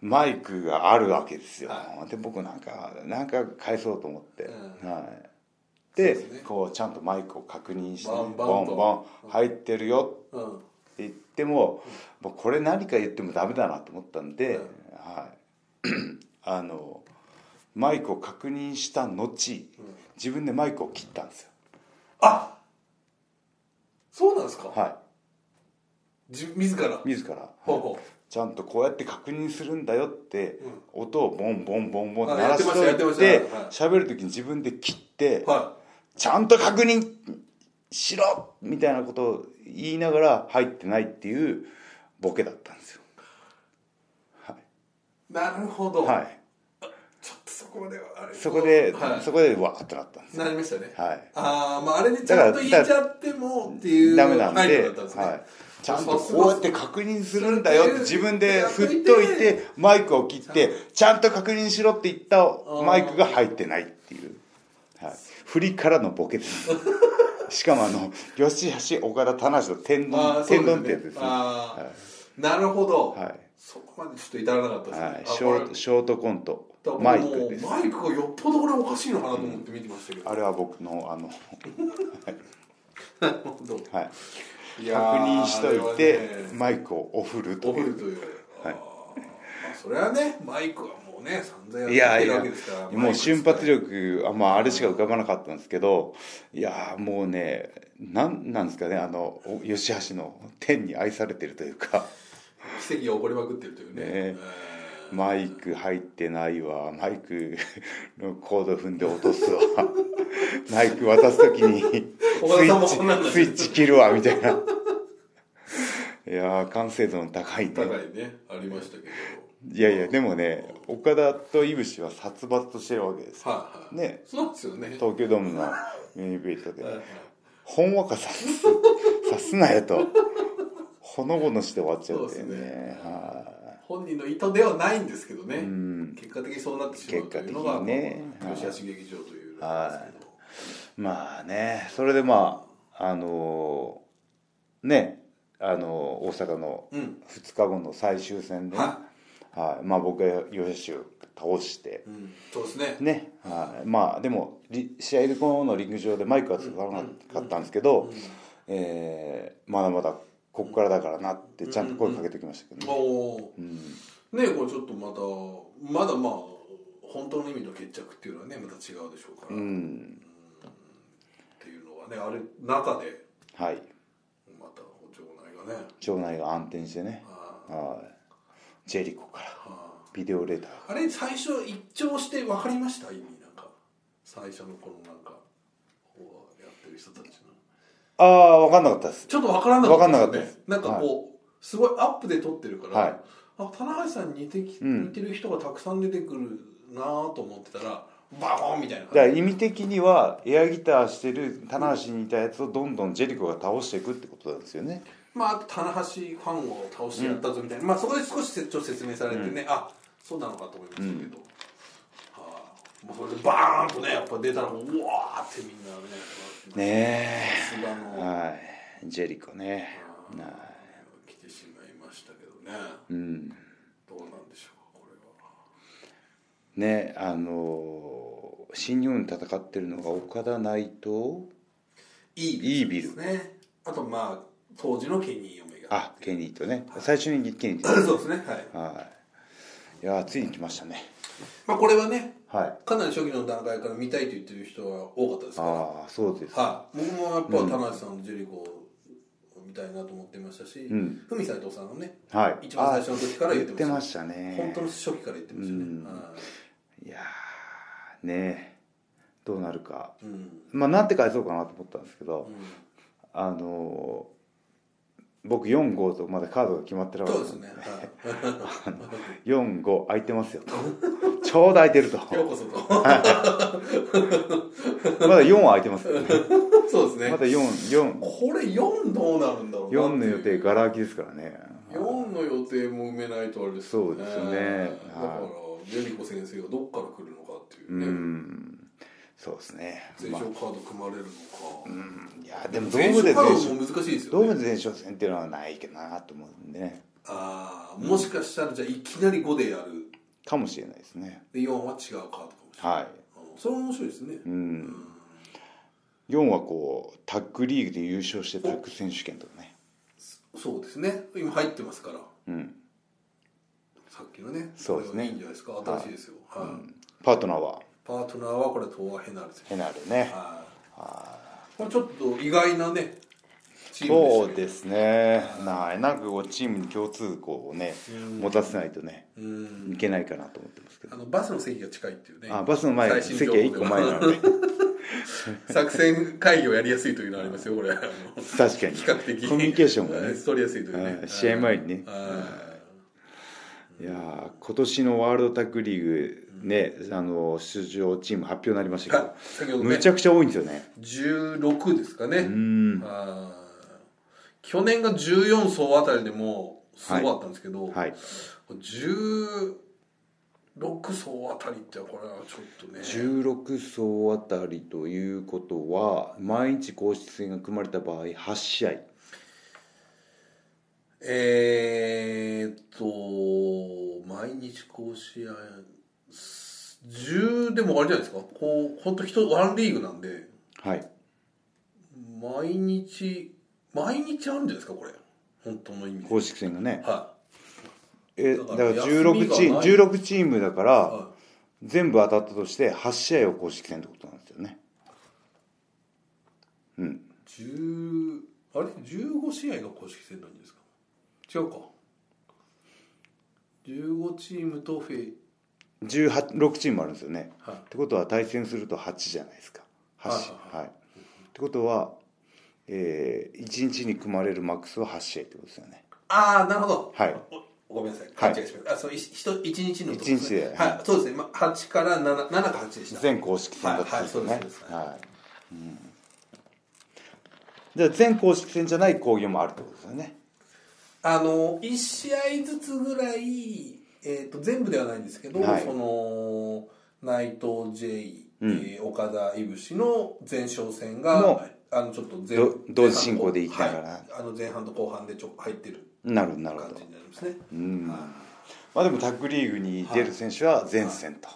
S1: マイクがあるわけですよで僕なんかなんか返そうと思って
S2: う
S1: はい
S2: そう
S1: で
S2: ですね
S1: こうちゃんとマイクを確認してね
S2: バ
S1: ボン
S2: ンバンと
S1: ボン入ってるよ
S2: うん
S1: って言ってももうこれ何か言ってもダメだなと思ったんで、
S2: うん
S1: はい あのマイクを確認した後、自分でマイクを切ったんですよ
S2: あそうなんですか
S1: は
S2: 自自ら
S1: い自ら
S2: ほうほう
S1: ちゃんとこうやって確認するんだよって、音をボンボンボンボン
S2: あ
S1: 鳴らしと
S2: やってま
S1: い
S2: したやっててまし
S1: 喋る時に自分で切って、
S2: は
S1: ちゃんと確認しろみたいなことを言いながら入ってないっていうボケだったんですよ
S2: いなるほど
S1: はい
S2: ちょっとそこまではあれ
S1: そこで、
S2: はい
S1: そこでわーっとなったんですよ
S2: なりましたね
S1: はい
S2: ああまああれでちゃんと言っちゃってもっていう
S1: ダメなんで、
S2: 配慮だったんですね、
S1: はい、ちゃんとこうやって確認するんだよって自分で振っとい
S2: やっとい
S1: てマイクを切ってちゃんと確認しろって言ったマイクが入ってないっていう、はい、振りからのボケです しかもあの吉橋岡田棚橋の天丼
S2: あーそうですね
S1: 天丼ってやつですね
S2: あー
S1: は
S2: なるほど、
S1: はい
S2: そこまでちょっと至らなかったです
S1: い、
S2: ね、
S1: はい、
S2: あ
S1: ショー
S2: こ
S1: ト
S2: れ
S1: ショートコント
S2: だから
S1: マイ
S2: もう
S1: クです
S2: マイクがよっぽどこれおかしいのかなと思って見てましたけど、
S1: あれは僕のあの、
S2: なるほど
S1: はい、
S2: い
S1: 確
S2: やー
S1: 認しとい
S2: あれ
S1: て、
S2: はね
S1: マイクをオフると
S2: オフ
S1: い
S2: る
S1: う
S2: という、あーまあそれはねマイクはもうね散々
S1: い
S2: や
S1: や
S2: って
S1: い
S2: きてるわ
S1: や
S2: けですから、
S1: もう瞬発
S2: 力
S1: 力、あまあ、あれしか浮かばなかったんですけど、いやーもうね、なんなんですかね、あの、お吉橋の天に愛されてるというか、
S2: 奇跡が起こりまくってるというね
S1: ね
S2: えー
S1: マイク入ってないわ、マイクのコード踏んで落とすわ、マイク渡すときにスイ
S2: 岡田さんもそんな
S1: ッ
S2: ん
S1: チ、
S2: だ
S1: スイッチ切るわ、みたいな。いやー、完成度の高いね。
S2: 高いねありましたけど
S1: いやいやでもね岡田といぶしは殺伐としてるわけですよ
S2: はいはい
S1: ね
S2: そうですよね
S1: 東京ドームのミニベイト
S2: はいは
S1: で
S2: い
S1: 「ほんわかさすさすなよ」 とほのぼのして終わっちゃうんだよ
S2: そうです
S1: ね
S2: ね
S1: は
S2: 本人の意図ではないんですけどね、
S1: いうん
S2: 結果的にそうなってしまうというの
S1: 結
S2: が、
S1: 果的にね
S2: まあ
S1: はい
S2: 吉橋劇場というなんですけど
S1: まあねそれでまああのーねあのー大阪の
S2: うん
S1: 2日後の最終戦でね、
S2: は
S1: はいまあ、僕が吉田を倒して
S2: い、うん、そうですね
S1: ね、はい、まあでもリ試合でこののリング上でマイクは使わなかったんですけど、えーまだまだここからだからなってちゃんと声かけてきましたけど
S2: お
S1: ね、
S2: お
S1: うん
S2: ーねこれちょっとまたまだまあ本当の意味の決着っていうのはねまた違うでしょうから、
S1: う
S2: っ
S1: ん
S2: ていうのはねあれ中で
S1: はい
S2: またお場内がね
S1: 場内が暗転してね、
S2: あ
S1: はい、ジェリコから
S2: ーあ
S1: ビデオレーター
S2: ーあれ最初一聴して分かりました意味なんか最初のこのなんかこうやってる人たちの
S1: ああ分かんなかったです
S2: ちょっと分からなか
S1: 分
S2: った
S1: かんなかったで
S2: ですすよねなんかこう、すごいアップで撮ってるから、
S1: はい
S2: あ棚橋さんに似てき、
S1: うん
S2: 似てる人がたくさん出てくるなぁと思ってたらバコーンみたいな
S1: だから
S2: 感じ
S1: 意味的にはエアギターしてる棚橋にいたやつをどんどんジェリコが倒していくってことなんですよね
S2: まああと棚橋ファンを倒してやったぞみたいな、まあそこで少しちょっと説明されてね、あそうなのかと思いましたけど、はあもうそれでバーンとねやっぱ出たらもううわーってみんなね
S1: ね
S2: さすが
S1: え
S2: の、
S1: はいジェリコねはい
S2: 来てしまいましたけどね
S1: うん
S2: どうなんでしょうかこれは。
S1: ねあのー新日本で戦ってるのが岡田内藤
S2: い
S1: いいビ
S2: で
S1: ル
S2: すねあとまあ当時のケニー嫁が
S1: あケニーとね最初にケニーと
S2: そうですねはい、
S1: はいいやーついに来ましたね
S2: まあ、これはね
S1: はい
S2: かなり初期の段階から見たいと言ってる人は多かったですからはい、
S1: ああそうです
S2: 僕もやっぱ田中さんのジェリコを見たいなと思ってましたし
S1: ん
S2: ふみ斎藤さんのね
S1: はい
S2: 一番最初の時から言ってまし
S1: した
S2: た
S1: ね
S2: 本当の初期から言ってましたね
S1: うん
S2: は
S1: い
S2: い
S1: やーねどうなるか
S2: うん
S1: まあなんて返そうかなと思ったんですけど、
S2: うん
S1: あのー僕4号とまだカードが決まってるわけ
S2: そう
S1: な
S2: で
S1: ん
S2: すね
S1: で
S2: は
S1: 4号空いてますよと ちょうど空いてると
S2: いようこそと
S1: まだ4は空いてますけどね
S2: そうです
S1: まだ
S2: ね
S1: 44
S2: これ4どうなるんだろうな
S1: 4の予
S2: っていう
S1: 定がら空きですからね
S2: 4の予定も埋めないとあれですよ
S1: そうですね
S2: だから
S1: は
S2: ジェリコ先生がどっから来るのかっていう
S1: う
S2: ね、
S1: んそうですね
S2: 全
S1: まあ
S2: 勝カード組まれるのか、
S1: うんいやでもド
S2: 全
S1: ームで
S2: 勝
S1: 全
S2: カ
S1: 勝
S2: ードも難しいです
S1: ド
S2: よ
S1: ーム
S2: ね
S1: で全勝戦っていうのはないかなと思うんでね
S2: ああもしかしたらじゃあいきなり5でやる
S1: かもしれないですね
S2: で4は違うカードかもしれない、
S1: は
S2: うんそれも面白いですね、
S1: い、うん、4はこうタッグリーグで優勝してタッグ選手権とかね
S2: そうですね今入ってますから
S1: うん
S2: さっきのね
S1: そうですね
S2: これはいいんじゃないですか新しいですよ、はい
S1: パートナーは
S2: パートナーはこれトアヘナルです
S1: ヘナルね
S2: はいこれちょっと意外なねチー
S1: そう
S2: ムでしたけ
S1: で
S2: ど
S1: すねないなんかこうチームに共通項をね
S2: うん
S1: 持たせないとね
S2: うん
S1: いけないかなと思ってますけど
S2: あのバスの席が近いっていうね
S1: あバスの前
S2: 最新情
S1: 席
S2: 報
S1: は
S2: で
S1: 1個前なので
S2: 作戦会議をやりやすいというのはありますよこれあの
S1: 確かに
S2: 比較的
S1: コミュニケーションが
S2: は
S1: ね
S2: い取りやすいというね
S1: は
S2: はい
S1: い試合前にね
S2: はい
S1: やー今年のワールドタッグリーグね、あの出場チーム発表になりましたけど
S2: い、先ほど
S1: む
S2: ね
S1: ちゃくちゃ多いんですよね
S2: 16ですか
S1: う
S2: ね
S1: ん
S2: あー去年が14層あたりでもうすごかったんですけど
S1: はい
S2: 16層あたりってこれはちょっとね
S1: 16層あたりということは毎日公式戦が組まれた場合8試合
S2: えーっと、毎日甲子園、10でもあれじゃないですか、こう、本当人、ワンリーグなんで、
S1: はい
S2: 毎日、毎日あるんじゃないですか、これ。本当の意味で。
S1: 公式戦がね
S2: は
S1: えだ
S2: だ
S1: か
S2: からら
S1: 16チーム
S2: 休み
S1: 16チームだか
S2: い。
S1: ら
S2: は
S1: 全部当たったとして8試合を公式戦ってことなんですよね
S2: い。10、あれ ?15 試合が公式戦なんじゃないですか。違うか。15チームとフェイ、
S1: 16チームあるんですよね
S2: はい
S1: ってことは対戦すると8じゃないですか8
S2: はい
S1: はい、ってことは、え1日に組まれるマックスは8試合ってことですよね
S2: ああ、なるほど。
S1: はい
S2: ごめんなさい勘違いしました、あその1日のところ
S1: 一日で
S2: はい、そうですね、まあ、8から7七か8でした
S1: 全公式戦だったんですよね
S2: はいはいそうですそうです
S1: はいうんじゃあ全公式戦じゃない興行もあるってことですよね
S2: あの1試合ずつぐらい、えー、と全部ではないんですけど、
S1: はい
S2: その内藤 J、
S1: うん
S2: えー岡田いぶしの前哨戦が
S1: の
S2: あのちょっと前
S1: ど同時進行でいきながら
S2: はいあの前半と後半でちょ入ってる
S1: なるほどなるほ
S2: 感
S1: ど
S2: じになりますね
S1: うんまあでもタッグリーグに出る選手は全戦と、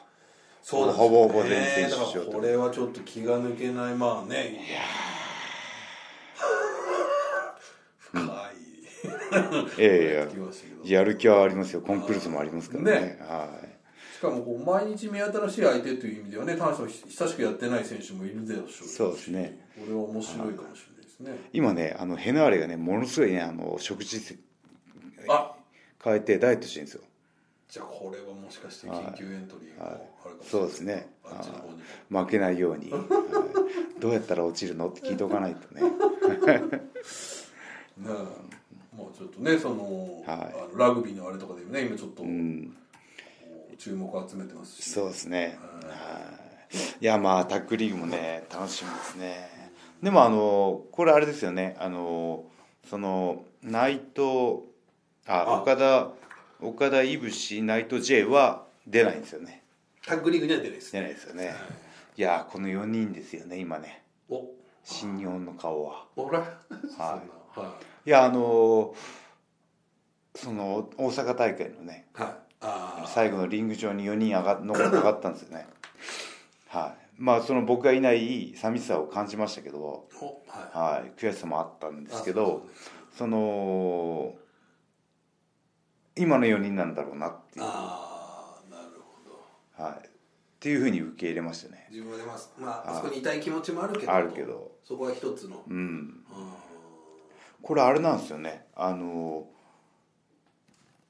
S2: そうなんですよね
S1: ほぼほぼ全選手出場
S2: だからこれはちょっと気が抜けないまあねいや深い、
S1: え
S2: 聞きましたけど
S1: えやる気はありますよコンクルーズもありますからね
S2: ね
S1: はい
S2: しかもこう毎日目新しい相手という意味ではね、大した久しくやってない選手もいるでしょうし
S1: そうですね。
S2: これは面白いかもしれないですね。
S1: 今ねあのヘナーレがねものすごいねあの食事
S2: あ、
S1: 変えてダイエットしてるんですよ
S2: じゃあこれはもしかして緊急エントリーもあるかもしれ
S1: そ
S2: な
S1: う
S2: い
S1: ですね
S2: あっちの方にも。
S1: 負けないように、はいどうやったら落ちるのって聞いておかないとね
S2: ねえ、まあちょっとねその、
S1: は
S2: あのラグビーのあれとかでもね今ちょっと
S1: うん
S2: 注目を集めてますし。
S1: そうですねはいいやまあタッグリーグもね楽しみですねでもあのこれあれですよねあのその内藤あ
S2: あ
S1: 岡田岡田いぶし内藤 J は出ないんですよね
S2: タッグリーグには出ないです
S1: 出
S2: ね。
S1: ないですよねいやこの4人ですよね今ね
S2: お、
S1: 新日本の顔は
S2: ほら、
S1: は
S2: そんなはい
S1: やあのその大阪大会のね
S2: いはい。ああ、
S1: 最後のリング上に4人上が残っ上がったんですよねはいまあその僕がいない寂しさを感じましたけど、
S2: お、は
S1: はい、悔しさもあったん
S2: い。
S1: ですけどその今の4人なんだろうなっていう、は
S2: ああ、なるほど。
S1: い、っていうふうに受け入れましたね
S2: 自分は出ますまああそこにいたい気持ちもあるけど
S1: あるけど
S2: そこは一つの、
S1: うん
S2: うん
S1: これあれなんですよねあの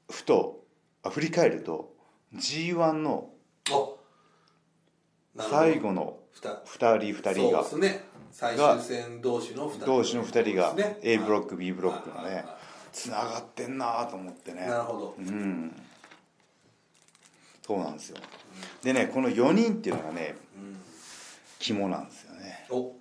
S1: ふとあ振り返ると g 1の
S2: おなるほど
S1: 最後の
S2: ふた
S1: 2人2人が
S2: そうですね最終戦同士の二人
S1: 同士の2人が
S2: そうですね
S1: A ブロッ
S2: は
S1: ク B ブロックの
S2: はいはい
S1: ね
S2: はい
S1: つながってんなと思ってね
S2: いなるほど
S1: うんそうなんですよでねこの4人っていうのがね
S2: うん
S1: 肝なんですよね
S2: お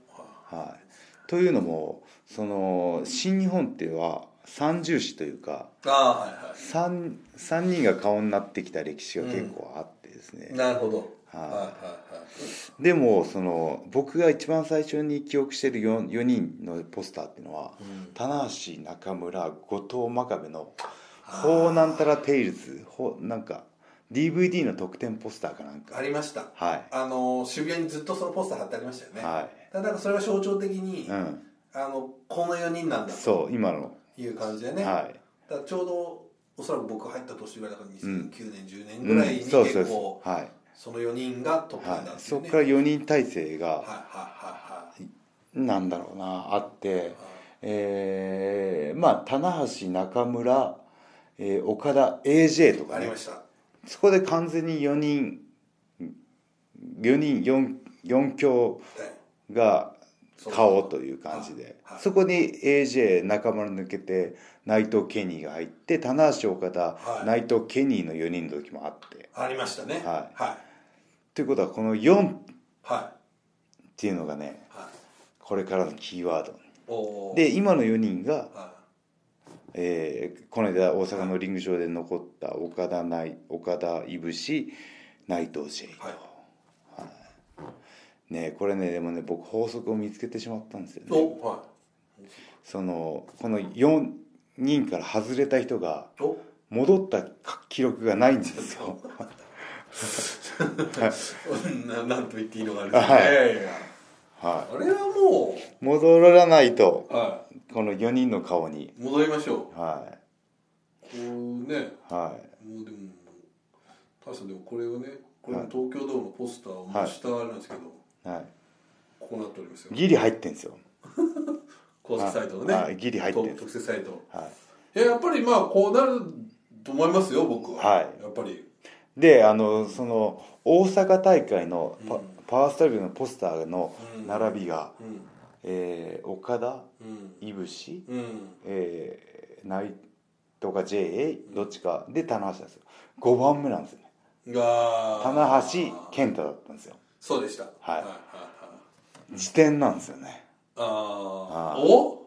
S1: はいというのもその新日本っていうのは三重視というか
S2: ああはいは
S1: 3, 3人が顔になってきた歴史が結構あってですね、
S2: いなるほど
S1: はい
S2: はいはいはい
S1: でもその僕が一番最初に記憶してる 4, 4人のポスターっていうのは、
S2: うん
S1: 棚橋中村後藤真壁の「ほうなんたらテイルズ」ほうなんか DVD の特典ポスターかなんか
S2: ありました
S1: はい
S2: あの渋谷にずっとそのポスター貼ってありましたよね
S1: は
S2: だからそれが象徴的に、
S1: い、うん、
S2: あのこの4人なんだと
S1: そう今の、
S2: いう感じでね、
S1: はい
S2: だからちょうどおそらく僕入った年ぐらいだから2009年、10年
S1: う
S2: ぐ
S1: ん
S2: らいに結
S1: そ
S2: 構、
S1: うそうそうはい、
S2: その4人がトップなんだ
S1: はい、
S2: ってい
S1: そうこ
S2: ね
S1: から4人体制
S2: はいは
S1: が
S2: いはい
S1: なんだろうなあって
S2: はい
S1: えー、まあ棚橋中村、えー岡田 AJ と
S2: あ
S1: か
S2: り
S1: ね
S2: ました
S1: そこで完全に4人4人 4, 4強
S2: はい
S1: が顔という感じで
S2: はいはい
S1: そこに AJ 中村抜けて内藤ケニーが入って棚橋岡田、
S2: はい
S1: 内藤ケニーの4人の時もあって
S2: ありましたね
S1: は
S2: はい
S1: ということはこの4っ
S2: は
S1: ていうのがね
S2: いはい
S1: これからのキーワード
S2: おー
S1: で今の4人が
S2: は
S1: えーこの間大阪のリング上で残った岡田内岡田いぶし内藤シェイ
S2: いはい
S1: ねこれねでもね僕法則を見つけてしまったんですよね
S2: おは
S1: そのこの4人から外れた人が
S2: いお
S1: 戻った記録がないんです よ
S2: ななんと言っていいのかあれですね、
S1: はい
S2: いやいやいや
S1: は
S2: あれはも
S1: い戻らないと
S2: う、は
S1: この4人の顔に
S2: い、戻りましょ
S1: は
S2: うこうね
S1: いはい
S2: もうでも大したでもこれをねこれも東京ドームのポスターを真下あれなんですけど、
S1: は
S2: こうなっておりますよ
S1: いギリ入ってんですよ
S2: 公式サイトのね、
S1: はいギリ入ってる
S2: と特設サイト
S1: はい
S2: いややっぱりまあこうなると思いますよ僕は、
S1: はい
S2: やっぱり
S1: であのその大阪大会のパ,、
S2: うん
S1: パワースタイルのポスターの
S2: うん
S1: 並びが、
S2: うん
S1: えー岡田
S2: うん
S1: いぶし、
S2: うん
S1: えー内藤とか JA どっちかで棚橋なんですよ5番目なんですよね
S2: が
S1: 棚橋健太だったんですよ
S2: そうでした
S1: はい
S2: はいはい
S1: 時点なんですよね
S2: あ
S1: あ
S2: あ
S1: ー
S2: お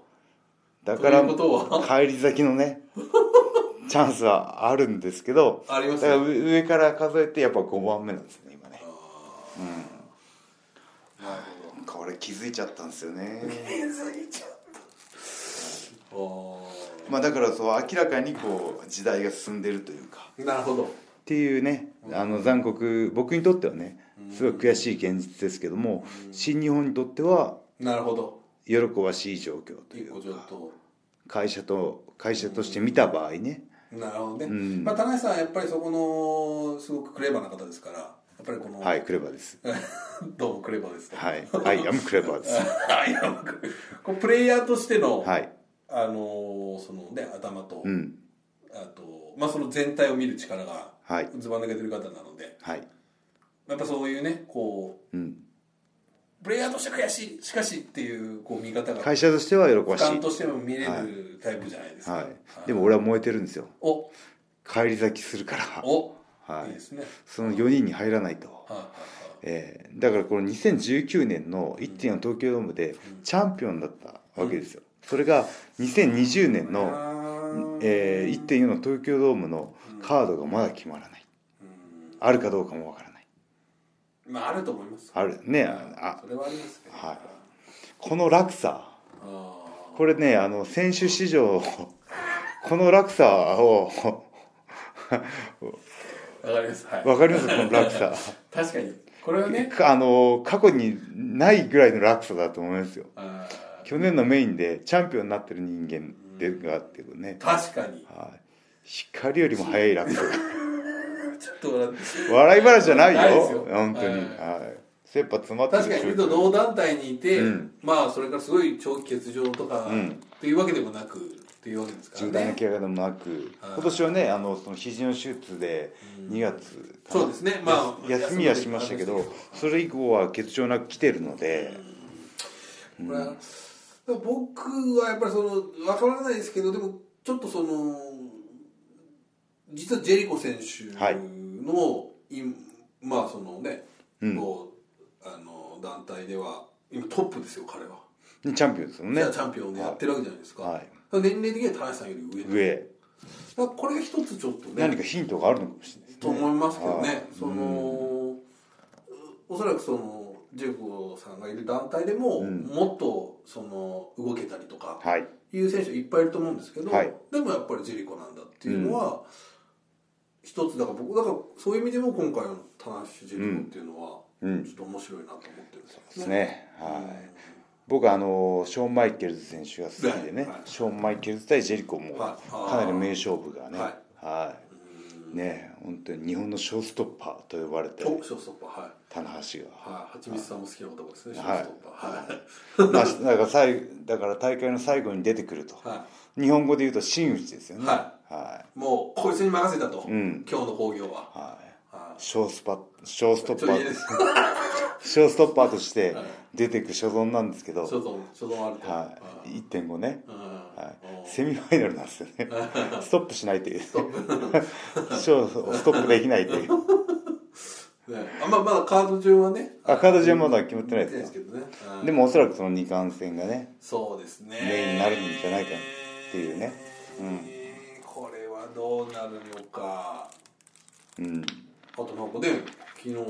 S1: だから
S2: ということ
S1: 帰り先の ねチャンスはあるんですけど
S2: ありま
S1: だ
S2: す
S1: か
S2: ね
S1: ら上上から数えてやっぱ5番目なんですよね今ね
S2: なる
S1: これ気づいちゃったんですよね
S2: ほ
S1: まあだからそう明らかにこう時代が進んでるというか
S2: どなるほど
S1: っていうねあの残酷僕にとってはねすごい悔しい現実ですけども新日本にとっては
S2: なるほど
S1: 喜ばしい状況とい
S2: 一個ち
S1: う
S2: ょ
S1: か
S2: っと
S1: 会社と会社として見た場合ね
S2: なるほどね、
S1: ん
S2: まあ、田中さんはやっぱりそこのすごくクレバーな方ですからやっぱりこの、
S1: はいクレバーです
S2: どうもクレバーですと
S1: はいアイアムクレバーです
S2: あいや僕こうプレイヤーとしての、
S1: はい
S2: あのーそのね頭と、
S1: うん
S2: あとまあその全体を見る力が
S1: はい
S2: ずば抜けてる方なので
S1: はい
S2: やっぱそういうねこ
S1: うん
S2: うプレイヤーとして悔しいしかしっていうこう見方が
S1: 会社としては喜ば
S2: 俯
S1: しい
S2: 瞰としても見れるタイプじゃないですか、
S1: はいでも俺は燃えてるんですよ
S2: お
S1: 帰り咲きするから
S2: お、、
S1: はい
S2: い
S1: い
S2: ですね
S1: その4人に入らないと
S2: はいはい
S1: えーだからこの2019年の1.4東京ドームでチャンピオンだったわけですよ、それが2020年の、
S2: はい
S1: えー1.4の東京ドームのカードがまだ決まらない
S2: うん
S1: あるかどうかもわからない
S2: まああると思います
S1: あるねあ
S2: それはありますけど
S1: はいこの落差
S2: あ
S1: これねあの選手史上この落差を
S2: ーわかりますはい
S1: わかりますこの落差
S2: 確かにこれはね
S1: あの過去にないぐらいの落差だと思いますよ
S2: あー
S1: 去年のメインでチャンピオンになってる人間でがあっていうね、
S2: 確かに
S1: はい、光よりも早い落差
S2: ちょっと笑って
S1: 笑い話じゃないよ
S2: ないですよ
S1: 本当に、
S2: は
S1: はいい切羽詰まって
S2: 確かに
S1: る
S2: 水戸同団体にいて、
S1: うん
S2: まあそれからすごい長期欠場とか、
S1: うん
S2: というわけでもなくというわけですから
S1: 重大な
S2: ね
S1: 怪我でもなく
S2: はい
S1: 今年はねあのその肘の手術で2月かな
S2: そうですねまあ
S1: や休みはしましたけどそれ以降は欠場なく来てるので、
S2: これは僕はやっぱりそのわからないですけどでもちょっとその実はジェリコ選手の、
S1: はい
S2: いまあそのね、
S1: うん
S2: こうあの団体では今トップですよ彼は、
S1: チャンピオンですもんね
S2: じゃあチャンピオンでやってるわけじゃないですか,、
S1: はい
S2: 年齢的には田中さんより上だか
S1: 上
S2: らこれが一つちょっとね
S1: 何かヒントがあるのかもしれないです
S2: と思いますけどね、
S1: はい
S2: その、おそらくそのジェコさんがいる団体でも、
S1: うん
S2: もっとその動けたりとか
S1: はい
S2: いう選手いっぱいいると思うんですけど、
S1: はい
S2: でもやっぱりジェリコなんだっていうのは、一つだから僕だからそういう意味でも今回の田中ジェリコっていうのは、
S1: うん
S2: ちょっと面白いなと思ってるんですよ
S1: ですねはい僕はあのショーン・マイケルズ選手が好きでね、
S2: はい
S1: ショーン・マイケルズ対ジェリコも
S2: は
S1: か
S2: い
S1: なり名勝負がね、
S2: は
S1: はいねえ本当に日本のショーストッパーと呼ばれて
S2: おショーストッパーはい
S1: 棚橋が
S2: はいはちみつさんも好きな男ですね、
S1: はい
S2: ショーストッパーはい、
S1: まあなんか最後だから大会の最後に出てくると、
S2: は
S1: 日本語で言うと真打ちですよね
S2: は、
S1: はい
S2: もうこいつに任せたと、
S1: ん
S2: 今日の興行は、
S1: いはい
S2: は
S1: ショースパショースト
S2: い、
S1: ッ
S2: ちょっ
S1: パ
S2: と言え
S1: ー
S2: ないです
S1: ショーストッパーとして
S2: はい
S1: 出てく所存なんですけど、
S2: 所存所存あると
S1: はい、1.5ね、
S2: うん
S1: はい、
S2: う
S1: セミファイナルなんですよ ねストップしないというショ ーをストップできないというん
S2: ねあまあまだカード順はね
S1: あカード順はまだ決まってないですか
S2: 決まってないですけどねうん
S1: でもおそらくその二冠戦がね
S2: そうですね
S1: メインになるんじゃないかなっていうねうん
S2: これはどうなるのか
S1: うん
S2: あとなんかね昨日はあ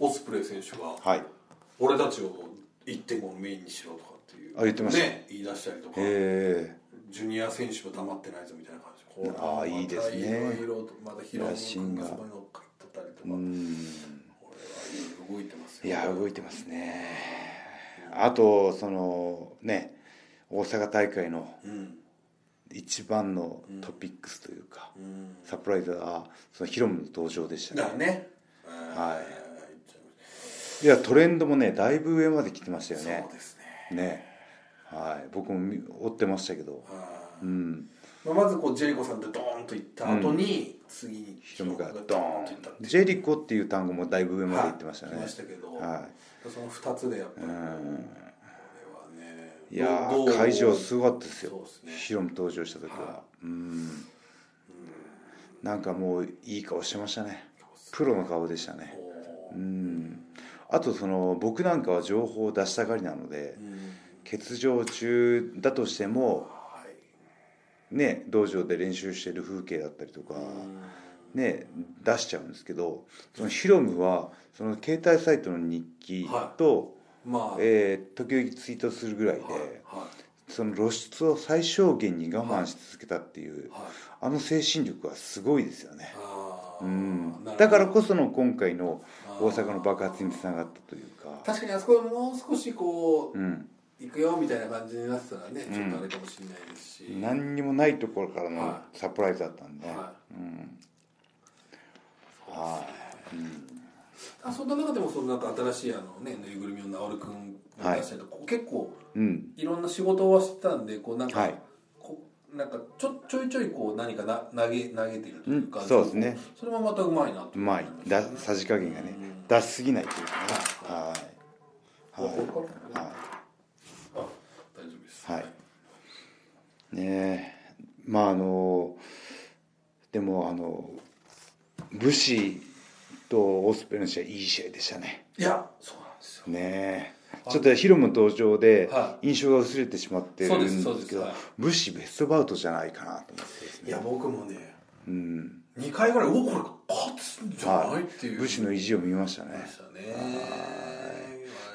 S2: のオスプレイ選手が
S1: はい
S2: 俺たちを1.5のメインにしろとかっていう
S1: あ言ってました
S2: ね言い出したりとか
S1: え
S2: ジュニア選手は黙ってないぞみたいな感じこれ
S1: あーいいですね
S2: またいろいろとまたヒロ君がそこに乗っかってたりとか
S1: えうん
S2: これはいい動いてますよ
S1: いや動いてますねあとそのね大阪大会の
S2: うん
S1: 一番のトピックスというか、
S2: うん
S1: サプライズはそのヒロムの登場でした
S2: だ
S1: ね
S2: ね
S1: はいいやトレンドもねだいぶ上まで来てましたよね
S2: そうですね
S1: ねはい僕も見追ってましたけど
S2: あ
S1: う
S2: ー
S1: ん
S2: まあまずこうジェリコさんでドーンといった後に次に
S1: ヒロムが
S2: ヒロム
S1: ド
S2: といったっ
S1: ーン
S2: て
S1: ジェリコっていう単語もだいぶ上まで行ってましたね
S2: はい来ましたけど
S1: は
S2: その二つでやっぱ
S1: い
S2: り
S1: う
S2: これは
S1: ん
S2: ね
S1: いや
S2: どう
S1: ー会場すごかったですよ
S2: そうですね
S1: ヒロム登場した時は、
S2: は
S1: うんなんかもういい顔してましたねプロの顔でしたね
S2: お
S1: う
S2: ー
S1: んあとその僕なんかは情報を出したがりなので
S2: うん
S1: 欠場中だとしても
S2: はい
S1: ね道場で練習してる風景だったりとか、
S2: うん
S1: ね、出しちゃうんですけどそのヒロムはその携帯サイトの日記と、
S2: まあ
S1: えー時々ツイートするぐらいで、
S2: はいは
S1: その露出を最小限に我慢し続けたっていう、
S2: いはい
S1: あの精神力はすごいですよね、
S2: あー
S1: うん
S2: なるほど
S1: だからこその今回の大阪の爆発に
S2: あ
S1: つながったという
S2: ー
S1: か、
S2: 確かにあそこもう少しこう
S1: うん、
S2: 行くよみたいな感じになってたらね
S1: うん
S2: ちょっとあれかもしれないですし
S1: 何にもないところからの
S2: は
S1: サプライズだったんで、
S2: は
S1: うんは
S2: そうですね
S1: いうん
S2: あそんな中でもそのなんか新しいあのねぬいぐるみのなおるくんが出したりとかこう結構
S1: うん
S2: いろんな仕事はしてたんでこうなんか、
S1: はい
S2: こうなんかちょちょいちょいこう何かな投げ投げてるというか、
S1: うんそうですね
S2: それもまたうまいなと
S1: うまいださじ加減がね出しすぎないというかねはい
S2: はい
S1: はい、は
S2: あ大丈夫です
S1: はいい、ねえまああのでもあの武士とオスプレイの試合いい試合でしたね
S2: いやそうなんですよ
S1: ねえちょっとヒロム登場で
S2: は
S1: 印象が薄れてしまってるんです
S2: そうです
S1: け
S2: そう
S1: ど
S2: ですはい
S1: 武士ベストバウトじゃないかなと思ってです
S2: い
S1: ね
S2: や僕もね
S1: うん
S2: 2回ぐらいうわこれ勝つんじゃない、っていう
S1: 武士の意地を見ました
S2: で
S1: ね
S2: したね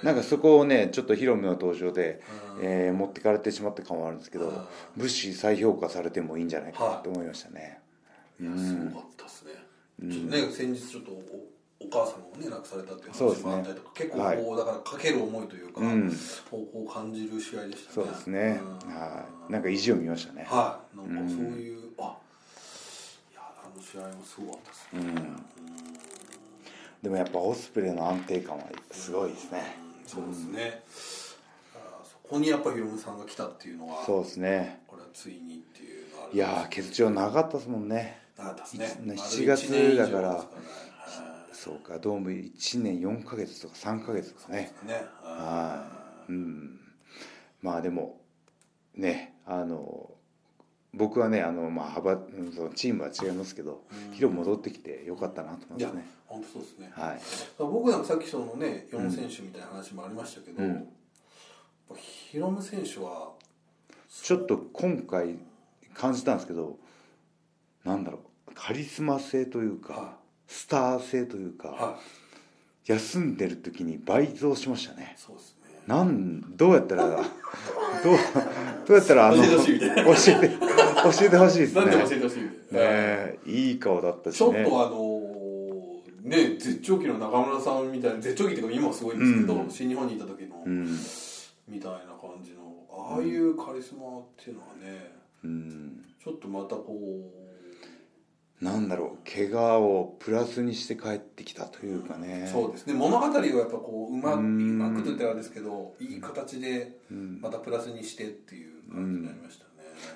S1: なんかそこをねちょっとヒロムの登場で、
S2: うん
S1: えー持ってかれてしまった感はあるんですけ
S2: うん
S1: ど武士再評価されてもいいんじゃないかなと思いましたね、
S2: いやすごかったですね、ちょっとね先日ちょっとおお母様をね亡くされたっていう
S1: そうで
S2: 話
S1: す
S2: も
S1: ね
S2: あったりとか、結構こう、だからかける思いというか、
S1: うん
S2: 方向を感じる試合でしたね
S1: そうですね、
S2: うん
S1: はいなんか意地を見ましたね、
S2: はいなんかそういう、あいやあの試合もすごかったですね、
S1: でもやっぱオスプレイの安定感はすごいですね、
S2: そうですね、あーそこにやっぱヒロムさんが来たっていうのは
S1: そうですね
S2: これはついにっていうのはある
S1: いやー欠場長かったですもんね
S2: なかったですね
S1: い
S2: 丸
S1: 7
S2: 一年以上
S1: 月だから
S2: ですね
S1: そうかドーム1年4ヶ月とか3ヶ月とかね
S2: ね
S1: はいうんまあでもねあの僕はねあの、まあ、幅うんそのチームは違いますけど、ヒロ戻ってきてよかったなと思
S2: い
S1: いま
S2: や
S1: すね
S2: 本当そうですね
S1: はい
S2: 僕なんかさっきそのね4選手みたいな話もありましたけど、
S1: うん
S2: やっぱヒロム選手は
S1: ちょっと今回感じたんですけどなんだろうカリスマ性というか、
S2: は
S1: スター性というか、
S2: は
S1: 休んでる時に倍増しましたね
S2: いそうですね
S1: なんどうやった らどうどうやったらあの
S2: 教えてほしいみたいな
S1: 教えて教えてほしいですね
S2: なんで
S1: ね
S2: 教えてほしいみたいな、
S1: えいい顔だった
S2: ち
S1: し
S2: ょっと
S1: ね
S2: あのーね絶頂期の中村さんみたいな絶頂期っていうか今はすごいんですけど、
S1: うん
S2: 新日本にいた時の、
S1: うん、
S2: みたいな感じのああいうカリスマっていうのはね
S1: うん、
S2: ちょっとまたこ
S1: なんだろう怪我をプラスにして帰ってきたというか
S2: う、
S1: ね
S2: そうですね物語をやっぱこううまくう
S1: うん
S2: まくといったらあれですけどいい形で
S1: うん
S2: またプラスにしてっていう感じになりましたね、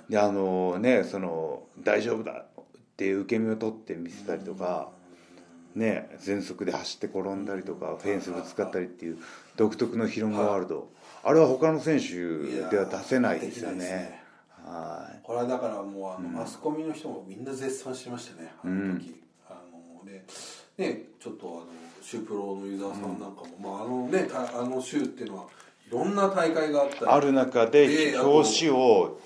S1: であのねその大丈夫だっていう受け身を取って見せたりとか、ね全速で走って転んだりとかフェンスぶつかったりっていう独特のヒロムワールドあれは他の選手では出せないですよ
S2: い
S1: ね
S2: やーできないですね
S1: は
S2: これはだからもうあのマスコミの人もみんな絶賛してましたねあの時、あのねねちょっとあのシュープロのユーザーさんなんかも、まああのねたあの週っていうのはいろんな大会があった
S1: い
S2: り
S1: ある中で
S2: であと
S1: 表紙を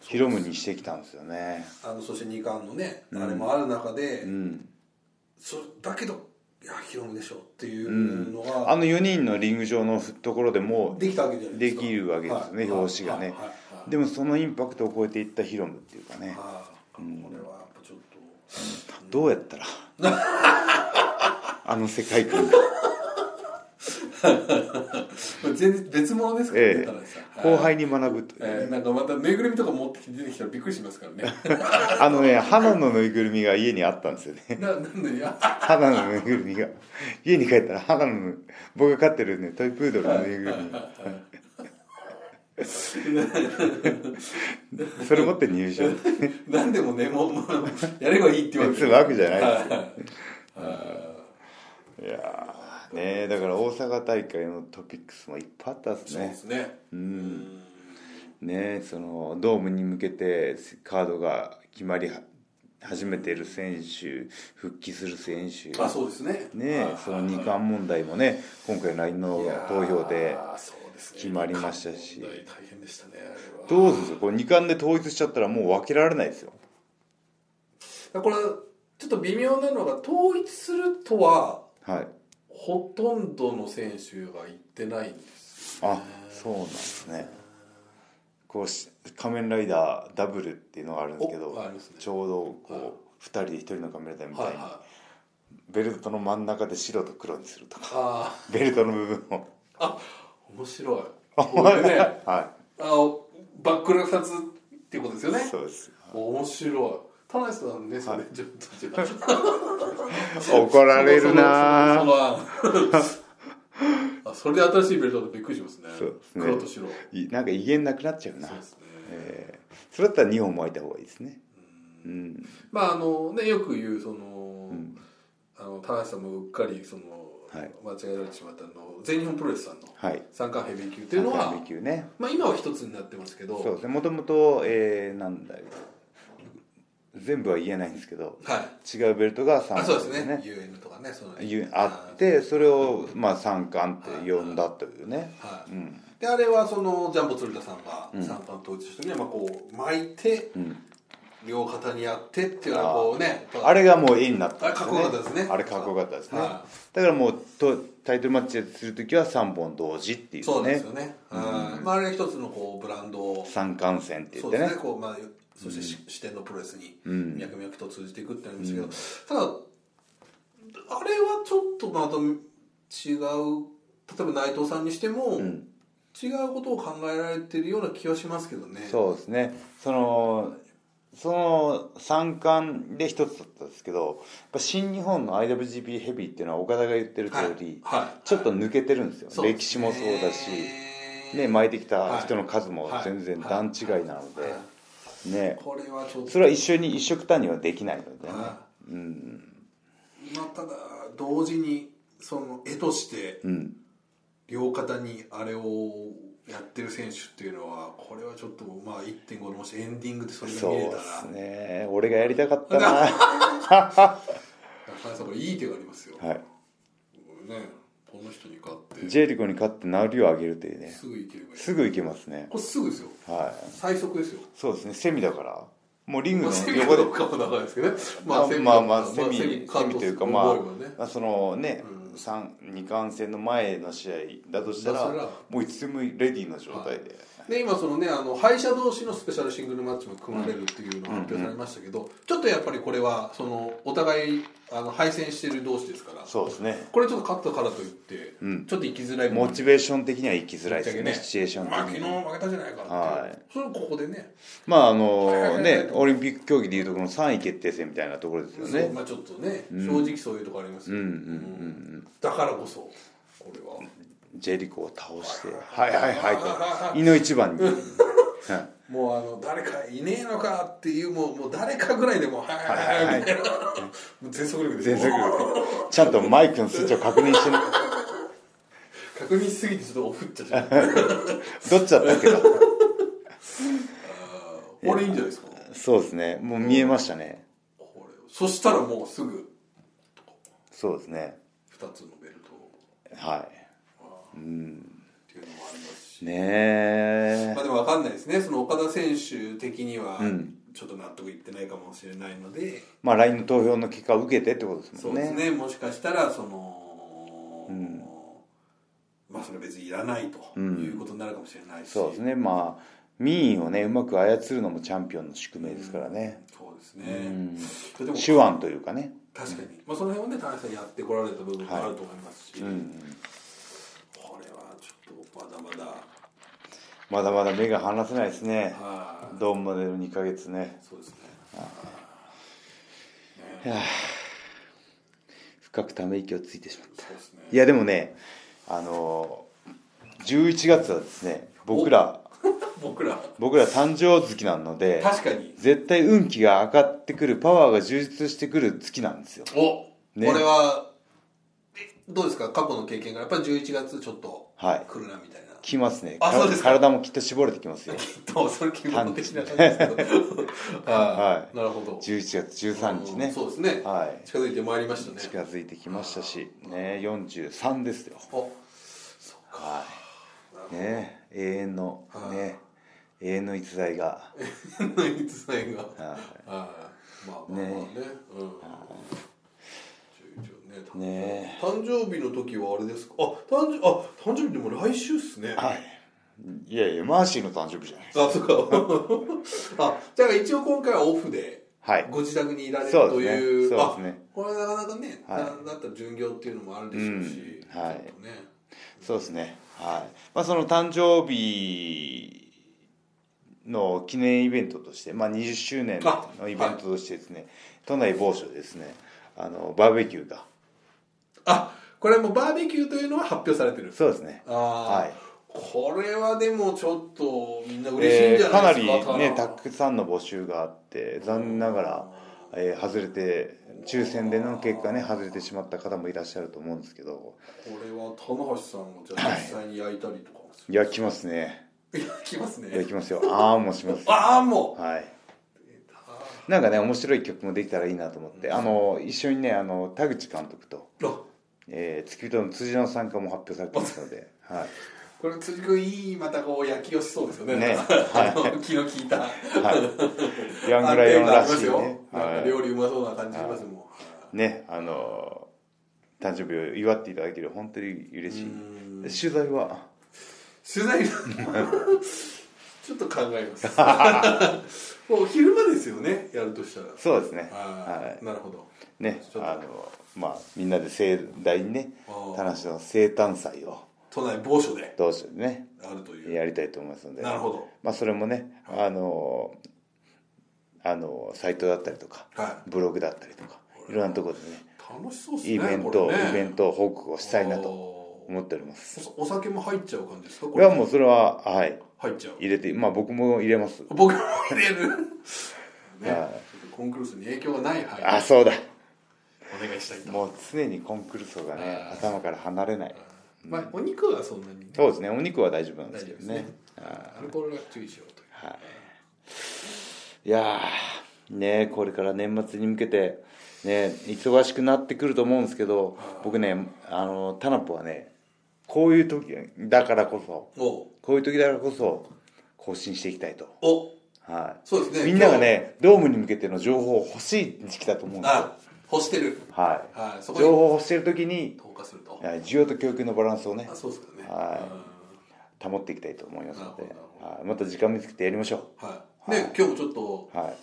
S1: ヒロムにしてきたんですよね
S2: あのそして2冠のね、あれもある中で、
S1: うん
S2: そだけどいやヒロムでしょっていうの
S1: あ
S2: が
S1: の4人のリング上のところでも
S2: できたわけじゃないです
S1: で
S2: か
S1: きるわけですね
S2: はい
S1: 表紙がね
S2: はいはいはい
S1: でもそのインパクトを超えていったヒロムっていうかね
S2: ああこれはやっぱちょっと
S1: どうや ったらあの世界観が
S2: 全然別物ですからね、
S1: え
S2: 田辺さん
S1: え後輩に学ぶという
S2: えーなんかまたぬいぐるみとか持ってきて出てきたらびっくりしますからね
S1: あのね花のぬいぐるみが家にあったんですよね
S2: ななんでいや
S1: 花のぬいぐるみが家に帰ったら花のぬ僕が飼ってるねトイプードルのぬいぐる みそれ持って入場
S2: なんでもねもうもうやればいいって言われ
S1: す
S2: て
S1: る
S2: る
S1: わけじゃないですよいやーねだから大阪大会のトピックスもいっぱいあったんです
S2: そうで
S1: ね
S2: すねうん
S1: ねそのドームに向けてカードが決まりは始めてる選手復帰する選手
S2: あそうですね
S1: ね
S2: はい
S1: その二冠問題もね今回 LINE の投票で決まりましたし
S2: いやーそうですね大変でしたねあれは
S1: どうするんですかこれ二冠で統一しちゃったらもう分けられないですよ
S2: これちょっと微妙なのが統一するとは
S1: はい
S2: ほとんどの選手が言ってないんですよ
S1: あ
S2: ね
S1: そうなんですねこうし仮面ライダーダブルっていうのがあるんですけど
S2: おありますね
S1: ちょうど
S2: はい
S1: こう2人で1人の仮面ライダーみ
S2: は
S1: た
S2: い
S1: いに
S2: はい
S1: ベルトの真ん中で白と黒にするとか
S2: あ
S1: ベルトの部分を
S2: ーあ面 白いこれね
S1: は
S2: あのバックル2つっていうことですよ
S1: い
S2: ね
S1: そうです
S2: 面白い田中さんねそれ、ちょっとちょっと
S1: 怒られるな
S2: そ
S1: ぁ
S2: のそのそのあそれで新しいベルトだとびっくりしますね
S1: そうですね
S2: 黒と白そう
S1: いなんか威厳なくなっちゃうな
S2: ですね、
S1: えーそれだったら2本巻いた方がいいですねうん
S2: まああのねよく言うその,、
S1: ん
S2: あの田中さんもうっかりその、
S1: はい
S2: 間違えられてしまったあの全日本プロレスさんの
S1: はい
S2: 三冠ヘビー級というのは、
S1: 3級ね
S2: まあ、今は一つになってますけど
S1: そうですねもともとえーなんだよ全部は言えないんですけど
S2: はい
S1: 違うベルトが3
S2: あ
S1: 巻
S2: そうですね UN とかねその
S1: いうあってそれをまあ三冠って呼んだというね、
S2: はい
S1: うん
S2: であれはそのジャンボ鶴田さんが三冠統一してね、まあこう巻いて、
S1: ん
S2: 両肩にやってっていうのはこうね
S1: あれがもう絵になったん
S2: あれかっこよかったですね
S1: あれかっこよかったですね
S2: は
S1: だからもうとタイトルマッチする時は3本同時っていうね
S2: そうなんですよね、うんまあ、あれが一つのこうブランドを
S1: 三冠戦って言
S2: そ
S1: っ
S2: う
S1: て
S2: で
S1: ね
S2: すねこう、まあ、そしてし視点のプロレスに
S1: ん
S2: 脈々と通じていくってなりましたけど、ただあれはちょっとまた違う例えば内藤さんにしても、
S1: ん
S2: 違うことを考えられてるような気はしますけどね
S1: そうですねそのその三冠で一つだったんですけどやっぱ新日本の IWGP ヘビーっていうのは岡田が言ってる通り、
S2: はいはい
S1: ちょっと抜けてるんですよ、
S2: そうですね
S1: 歴史もそうだし、ね、巻いてきた人の数も
S2: はい
S1: 全然
S2: はい
S1: 段違いなので、
S2: は
S1: ね
S2: これはちょっと
S1: それは一緒に一色単にはできないのでね、
S2: は
S1: うん
S2: まあただ同時にその絵として
S1: うん
S2: 両肩にあれをやってる選手っていうのはこれはちょっとまあ1.5のもしエンディングでそれが
S1: そう
S2: 見れた
S1: で
S2: ら
S1: すね俺がやりたか ったなは
S2: 中井さんこれいい手がありますよ、
S1: い
S2: ねこの人に勝って
S1: ジェリコに勝って治りを上げるというね
S2: すぐいければいい
S1: すぐ行けますね
S2: これすぐですよ
S1: はい
S2: 最速ですよ
S1: そうですねセミだからもうリング
S2: ま
S1: の
S2: あセミ
S1: 横
S2: か
S1: で
S2: どうかも長いですけどね
S1: まあまあまあセミセミ
S2: カット
S1: というか
S2: する
S1: まあ
S2: 覚えはね
S1: まあそのね三二冠戦の前の試合だとした
S2: だ
S1: ら
S2: から
S1: もういつでもレディーの状態で
S2: で今そのねあの敗者同士のスペシャルシングルマッチも組まれるっていうのが発表されましたけど、ちょっとやっぱりこれはそのお互いあの敗戦してる同士ですから
S1: そうですね
S2: これちょっと勝ったからといって、
S1: うん
S2: ちょっと行きづらい
S1: モチベーション的には行きづらいですね
S2: ね
S1: シチュエーション
S2: まあ、
S1: 的
S2: 昨
S1: に
S2: 日負けたじゃないかって、
S1: はい
S2: それをここでね
S1: まああ
S2: はい はい
S1: の
S2: はい
S1: ねオリンピック競技でいうとこの3位決定戦みたいなところですよ
S2: そう
S1: ね
S2: まあ、ちょっとね、
S1: ん
S2: 正直そういうとこありますよ、
S1: うんうんうん
S2: うんだからこそこれは
S1: ジェリコを倒してはいはいはいと胃の一番 にはい
S2: もうあの誰かいねえのかっていうもうもう誰かぐらいでもうはいはいはいみたいなもう全速力です
S1: 全速力でちゃんとマイクのスイッチを確認してね
S2: 確認しすぎてちょっとおふっちゃった
S1: どっちだったっけど
S2: これいいんじゃないですか
S1: そうですねもう見えましたね
S2: これそしたらもうすぐ
S1: そうですね
S2: 2つのベルトを
S1: は
S2: っていうのもありますし
S1: いねえ
S2: まあでも分かんないですねその岡田選手的には
S1: ん
S2: ちょっと納得いってないかもしれないので、
S1: まあ LINE の投票の結果を受けてってことです
S2: そ
S1: も
S2: うんです
S1: ね
S2: ねもしかしたらその、まあそれ別にいらないということになるかもしれないし、
S1: そうですねまあ民意をねうまく操るのもチャンピオンの宿命ですからね
S2: そうですね、でも
S1: 手腕というかね
S2: 確かに、まあ、その辺をね田中さんやってこられた部分もあると思いますし、これはちょっとまだまだ
S1: まだまだ目が離せないですね
S2: は
S1: ドームまでの2ヶ月ね
S2: いそうですね
S1: 深くため息をついてしまった
S2: そうですね
S1: いやでもねあの11月はですね僕ら
S2: 僕ら
S1: 僕ら誕生月なので
S2: 確かに
S1: 絶対運気が上がってくるパワーが充実してくる月なんですよ
S2: お、
S1: ね
S2: これはえどうですか過去の経験がやっぱり11月ちょっと
S1: はい
S2: 来るなみたいな、
S1: きますね
S2: あそうですか
S1: 体もきっと絞れてきますよ
S2: きっとそれ希望的な感じですけど は
S1: はい
S2: なるほど
S1: 11月13日
S2: う
S1: ね
S2: んそうですね
S1: はい
S2: 近づいてまいりましたね
S1: 近づいてきましたしね43ですよ
S2: お
S1: はいね永遠のね永遠の逸材が
S2: の逸材が
S1: は
S2: はいまあまあまあね
S1: ね
S2: うん11
S1: ね
S2: 誕生日の時はあれですかあ誕生あ誕生日でも来週っすね
S1: いはいいやいやマーシーの誕生日じゃない
S2: あ、そうか。あ、 じゃあ一応今回はオフで、
S1: はい
S2: ご自宅にいられる
S1: そう
S2: と
S1: ですね
S2: いう。
S1: そうですね
S2: あこれはなかなかね、
S1: はい
S2: なだったら巡業っていうのもあるでしょうし、
S1: うんはい
S2: ちょっとね。
S1: そうですねはいまあその誕生日の記念イベントとして、まあ、20周年のイベントとしてですね、都内某所でですねあのバーベキューが
S2: あ、これはもうバーベキューというのは発表されてる。
S1: そうですね
S2: ああ、
S1: はい
S2: これはでもちょっとみんな嬉しいん
S1: え
S2: じゃ
S1: ーかな
S2: な
S1: い
S2: ですか。
S1: りね
S2: た
S1: たくさんの募集があって残念ながら、えー外れて抽選での結果ね外れてしまった方もいらっしゃると思うんですけど
S2: これは棚橋さんもじゃあ実際に焼いたりとかもす
S1: いや来ますね
S2: る。焼きます
S1: いや
S2: ね。
S1: 来 ますよああもします
S2: ああ、も。
S1: はいう
S2: あ
S1: なんかね面白い曲もできたらいいなと思って、あの一緒にねあの田口監督と、
S2: あ
S1: えー付き人の辻の参加も発表されてますので、はい、
S2: これ辻君いいまたこう焼きをしそうですよね
S1: ね
S2: あの気の利いた
S1: はい、ヤン
S2: 安
S1: グライ
S2: 定
S1: オン
S2: 感あ
S1: ら
S2: りま
S1: し
S2: す
S1: い
S2: よ、
S1: ね、
S2: なんか
S1: は
S2: 料理うまそうな感じしますもん、
S1: い、ねあの誕生日を祝っていただける本当に嬉しい
S2: うん
S1: で取材は
S2: 取材ちょっと考えます もう昼間ですよねやるとしたら
S1: そうですね
S2: あ
S1: は
S2: ーなるほど
S1: いね
S2: ちょっと
S1: あのまあみんなで盛大にね
S2: あー
S1: 田中の生誕祭を
S2: 都内某所で
S1: どうしてね
S2: あるという
S1: やりたいと思いますので
S2: なるほど
S1: まあそれもねあのあのサイトだったりとか
S2: は
S1: ブログだったりとかいろんなところでね
S2: い楽しそうですね
S1: イベント、
S2: これね
S1: イベント報告をしたいなと
S2: お
S1: 思っております
S2: お酒も入っちゃう感じですかこ
S1: これはもうそれははい
S2: 入っちゃう
S1: 入れてまあ僕も入れます
S2: 僕も入れるね
S1: はい
S2: ちょっとコンクルースに影響がない範囲で
S1: あそうだ
S2: お願いしたいと
S1: もう常にコンクルソがね
S2: あー
S1: 頭から離れない
S2: まあお肉はそんなにね
S1: そうですねお肉は大丈夫なんです
S2: 大
S1: け
S2: 丈夫
S1: ど
S2: です
S1: ね
S2: ねアルコールは注意しようという
S1: いやーねこれから年末に向けてね忙しくなってくると思うんですけど僕ねあのタナポはねこういう時だからこそ
S2: お
S1: こういう時だからこそ更新していきたいと
S2: お
S1: は
S2: そうで
S1: い
S2: すね
S1: みんながねドームに向けての情報を欲しい時期だと思うん
S2: 今
S1: で
S2: 日
S1: す
S2: あ
S1: よ
S2: 干してる
S1: は
S2: はいそ
S1: い
S2: こ
S1: 情
S2: に
S1: 報を欲してる時に
S2: 投下すると
S1: はい需要と供給のバランスをね
S2: あそうですかね
S1: は保っていきたいと思いますので
S2: なるほ
S1: はいまた時間見つけてやりましょ
S2: うんはいね今日もちょっと
S1: うはい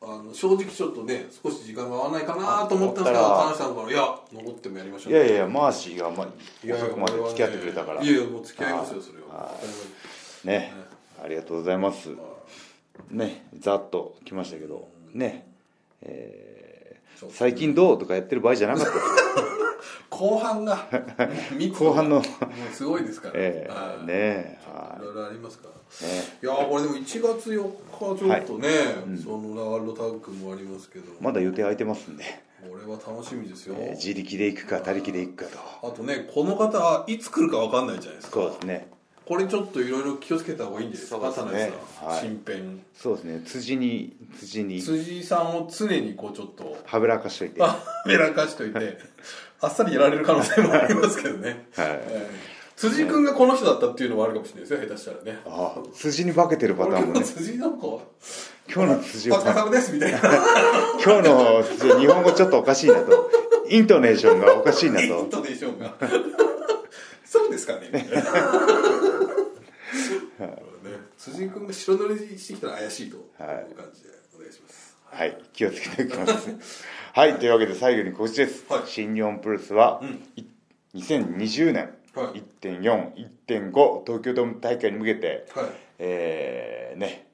S2: あの正直ちょっとね少し時間が合わないかなと思ったんですけど
S1: あ
S2: 田
S1: 思
S2: 中さんから「いや残ってもやりましょう」
S1: いやいやいやマーシーがま
S2: いやいや
S1: 遅くまで付き合ってくれたから
S2: いやいやもう付き合いますよそれは
S1: ねありがとうございますねざっと来ましたけどねえー
S2: そう
S1: 最近どうとかやってる場合じゃなかったです
S2: 後半が密度が
S1: 後半の
S2: もうすごいですから、
S1: え
S2: は
S1: ー
S2: い
S1: ね
S2: いろいろありますから
S1: ね
S2: いやーこれでも1月4日ちょっとね、そのラワールドタッグもありますけど、
S1: まだ予定空いてますんで
S2: これは楽しみですよ、
S1: えー自力で行くか他力で行くかと
S2: あとねこの方いつ来るか分かんないじゃないですか
S1: そうですね
S2: これちょっといろいろ気をつけた方がいいんじゃないですか
S1: そう
S2: 田
S1: ですね
S2: 中さん、
S1: はい
S2: 身辺
S1: そうですね辻に辻に
S2: 辻さんを常にこうちょっと
S1: はぶらかしといて
S2: あめらかしと いてあっさりやられる可能性もありますけどね、えー辻君がこの人だったっていうのもあるかもしれないですよ下手したらね
S1: ああ辻に化けてるパタ
S2: 俺
S1: ーンも
S2: 今日
S1: ね
S2: 辻なんか
S1: 今日の辻
S2: お疲れ
S1: は
S2: 様ですみたいな
S1: 今日の辻は日本語ちょっとおかしいなとイントネーションがおかしいな
S2: イン
S1: と
S2: トネーションがそうですか ねみたいなね辻君が白塗りしてきたら怪しいという
S1: はい
S2: 感じでお願いします
S1: はい、気をつけておきます。はい、というわけで最後に告知です。
S2: はい
S1: 新日本プロレスは、い2020年、
S2: はい
S1: 1.4、1.5東京ドーム大会に向けて、
S2: はい
S1: えーね、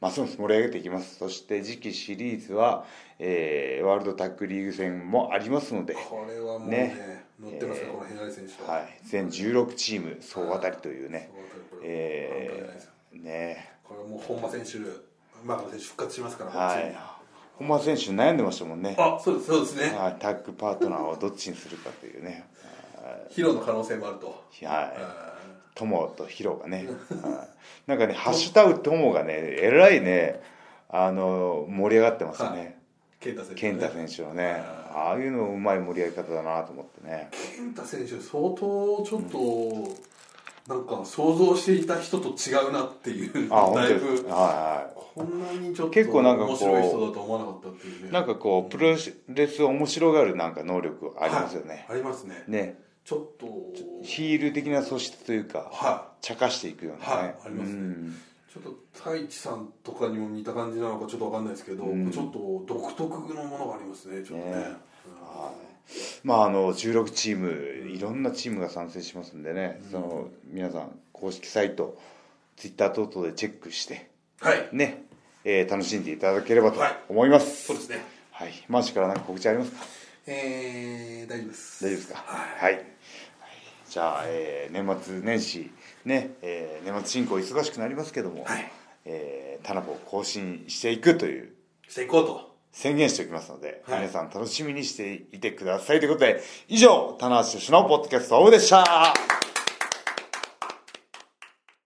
S1: ますます盛り上げていきます。そして次期シリーズは、えーワールドタッグリーグ戦もありますので、
S2: これはもうね
S1: ね
S2: 乗ってますよ、このヘナリ選手は、
S1: はい、全16チーム総当たりというね、
S2: これはもう簡単じゃ
S1: え
S2: ないですよ
S1: ーね、
S2: これはもう本間選手馬場選手復活しますから、
S1: はい
S2: こっ。
S1: 本間選手悩んでましたもんね
S2: ち。にあそうですそうですね、
S1: はいタッグパートナーをどっちにするかというね。
S2: ヒロの可能性もあると
S1: はい、
S2: あ
S1: 友とヒロがね、はいなんかね「ハッシュタグ友」がねえらいねあの盛り上がってますよね、
S2: 健太選手、
S1: 健太選手のね、ああいうのうまい盛り上げ方だなと思ってね
S2: 健太選手相当ちょっと、なんか想像していた人と違うなっていう
S1: あ本
S2: だ
S1: 当
S2: い
S1: です
S2: ぶ
S1: かはいはい
S2: こんなにちょっと
S1: 結構なんかこう
S2: 面白い人だと思わなかったっていうね
S1: なんかこうプロレスを面白がるなんか能力ありますよね、
S2: はいありますね
S1: ね
S2: ちょっと
S1: ヒール的な素質というか、
S2: は
S1: 茶化していくようなね、
S2: はいありますね
S1: うん
S2: ちょっと太一さんとかにも似た感じなのかちょっとわかんないですけど、
S1: うん
S2: ちょっと独特のものがありますねちょっとね
S1: ねまああの16チームいろんなチームが参戦しますんでね、その皆さん公式サイトツイッター等々でチェックして
S2: うんはい
S1: ね、えー楽しんでいただければと
S2: はい
S1: 思います、
S2: そうですね
S1: はいマーシーから何か告知ありますか
S2: えー、大丈夫です
S1: 大丈夫ですかはい、じゃあ、えー年末年始ね、えー年末進行忙しくなりますけども、
S2: はい
S1: えータナポを更新していくという
S2: していこうと
S1: 宣言しておきますので、
S2: はい
S1: 皆さん楽しみにしていてくださいということで以上棚橋俊のポッドキャストオフでした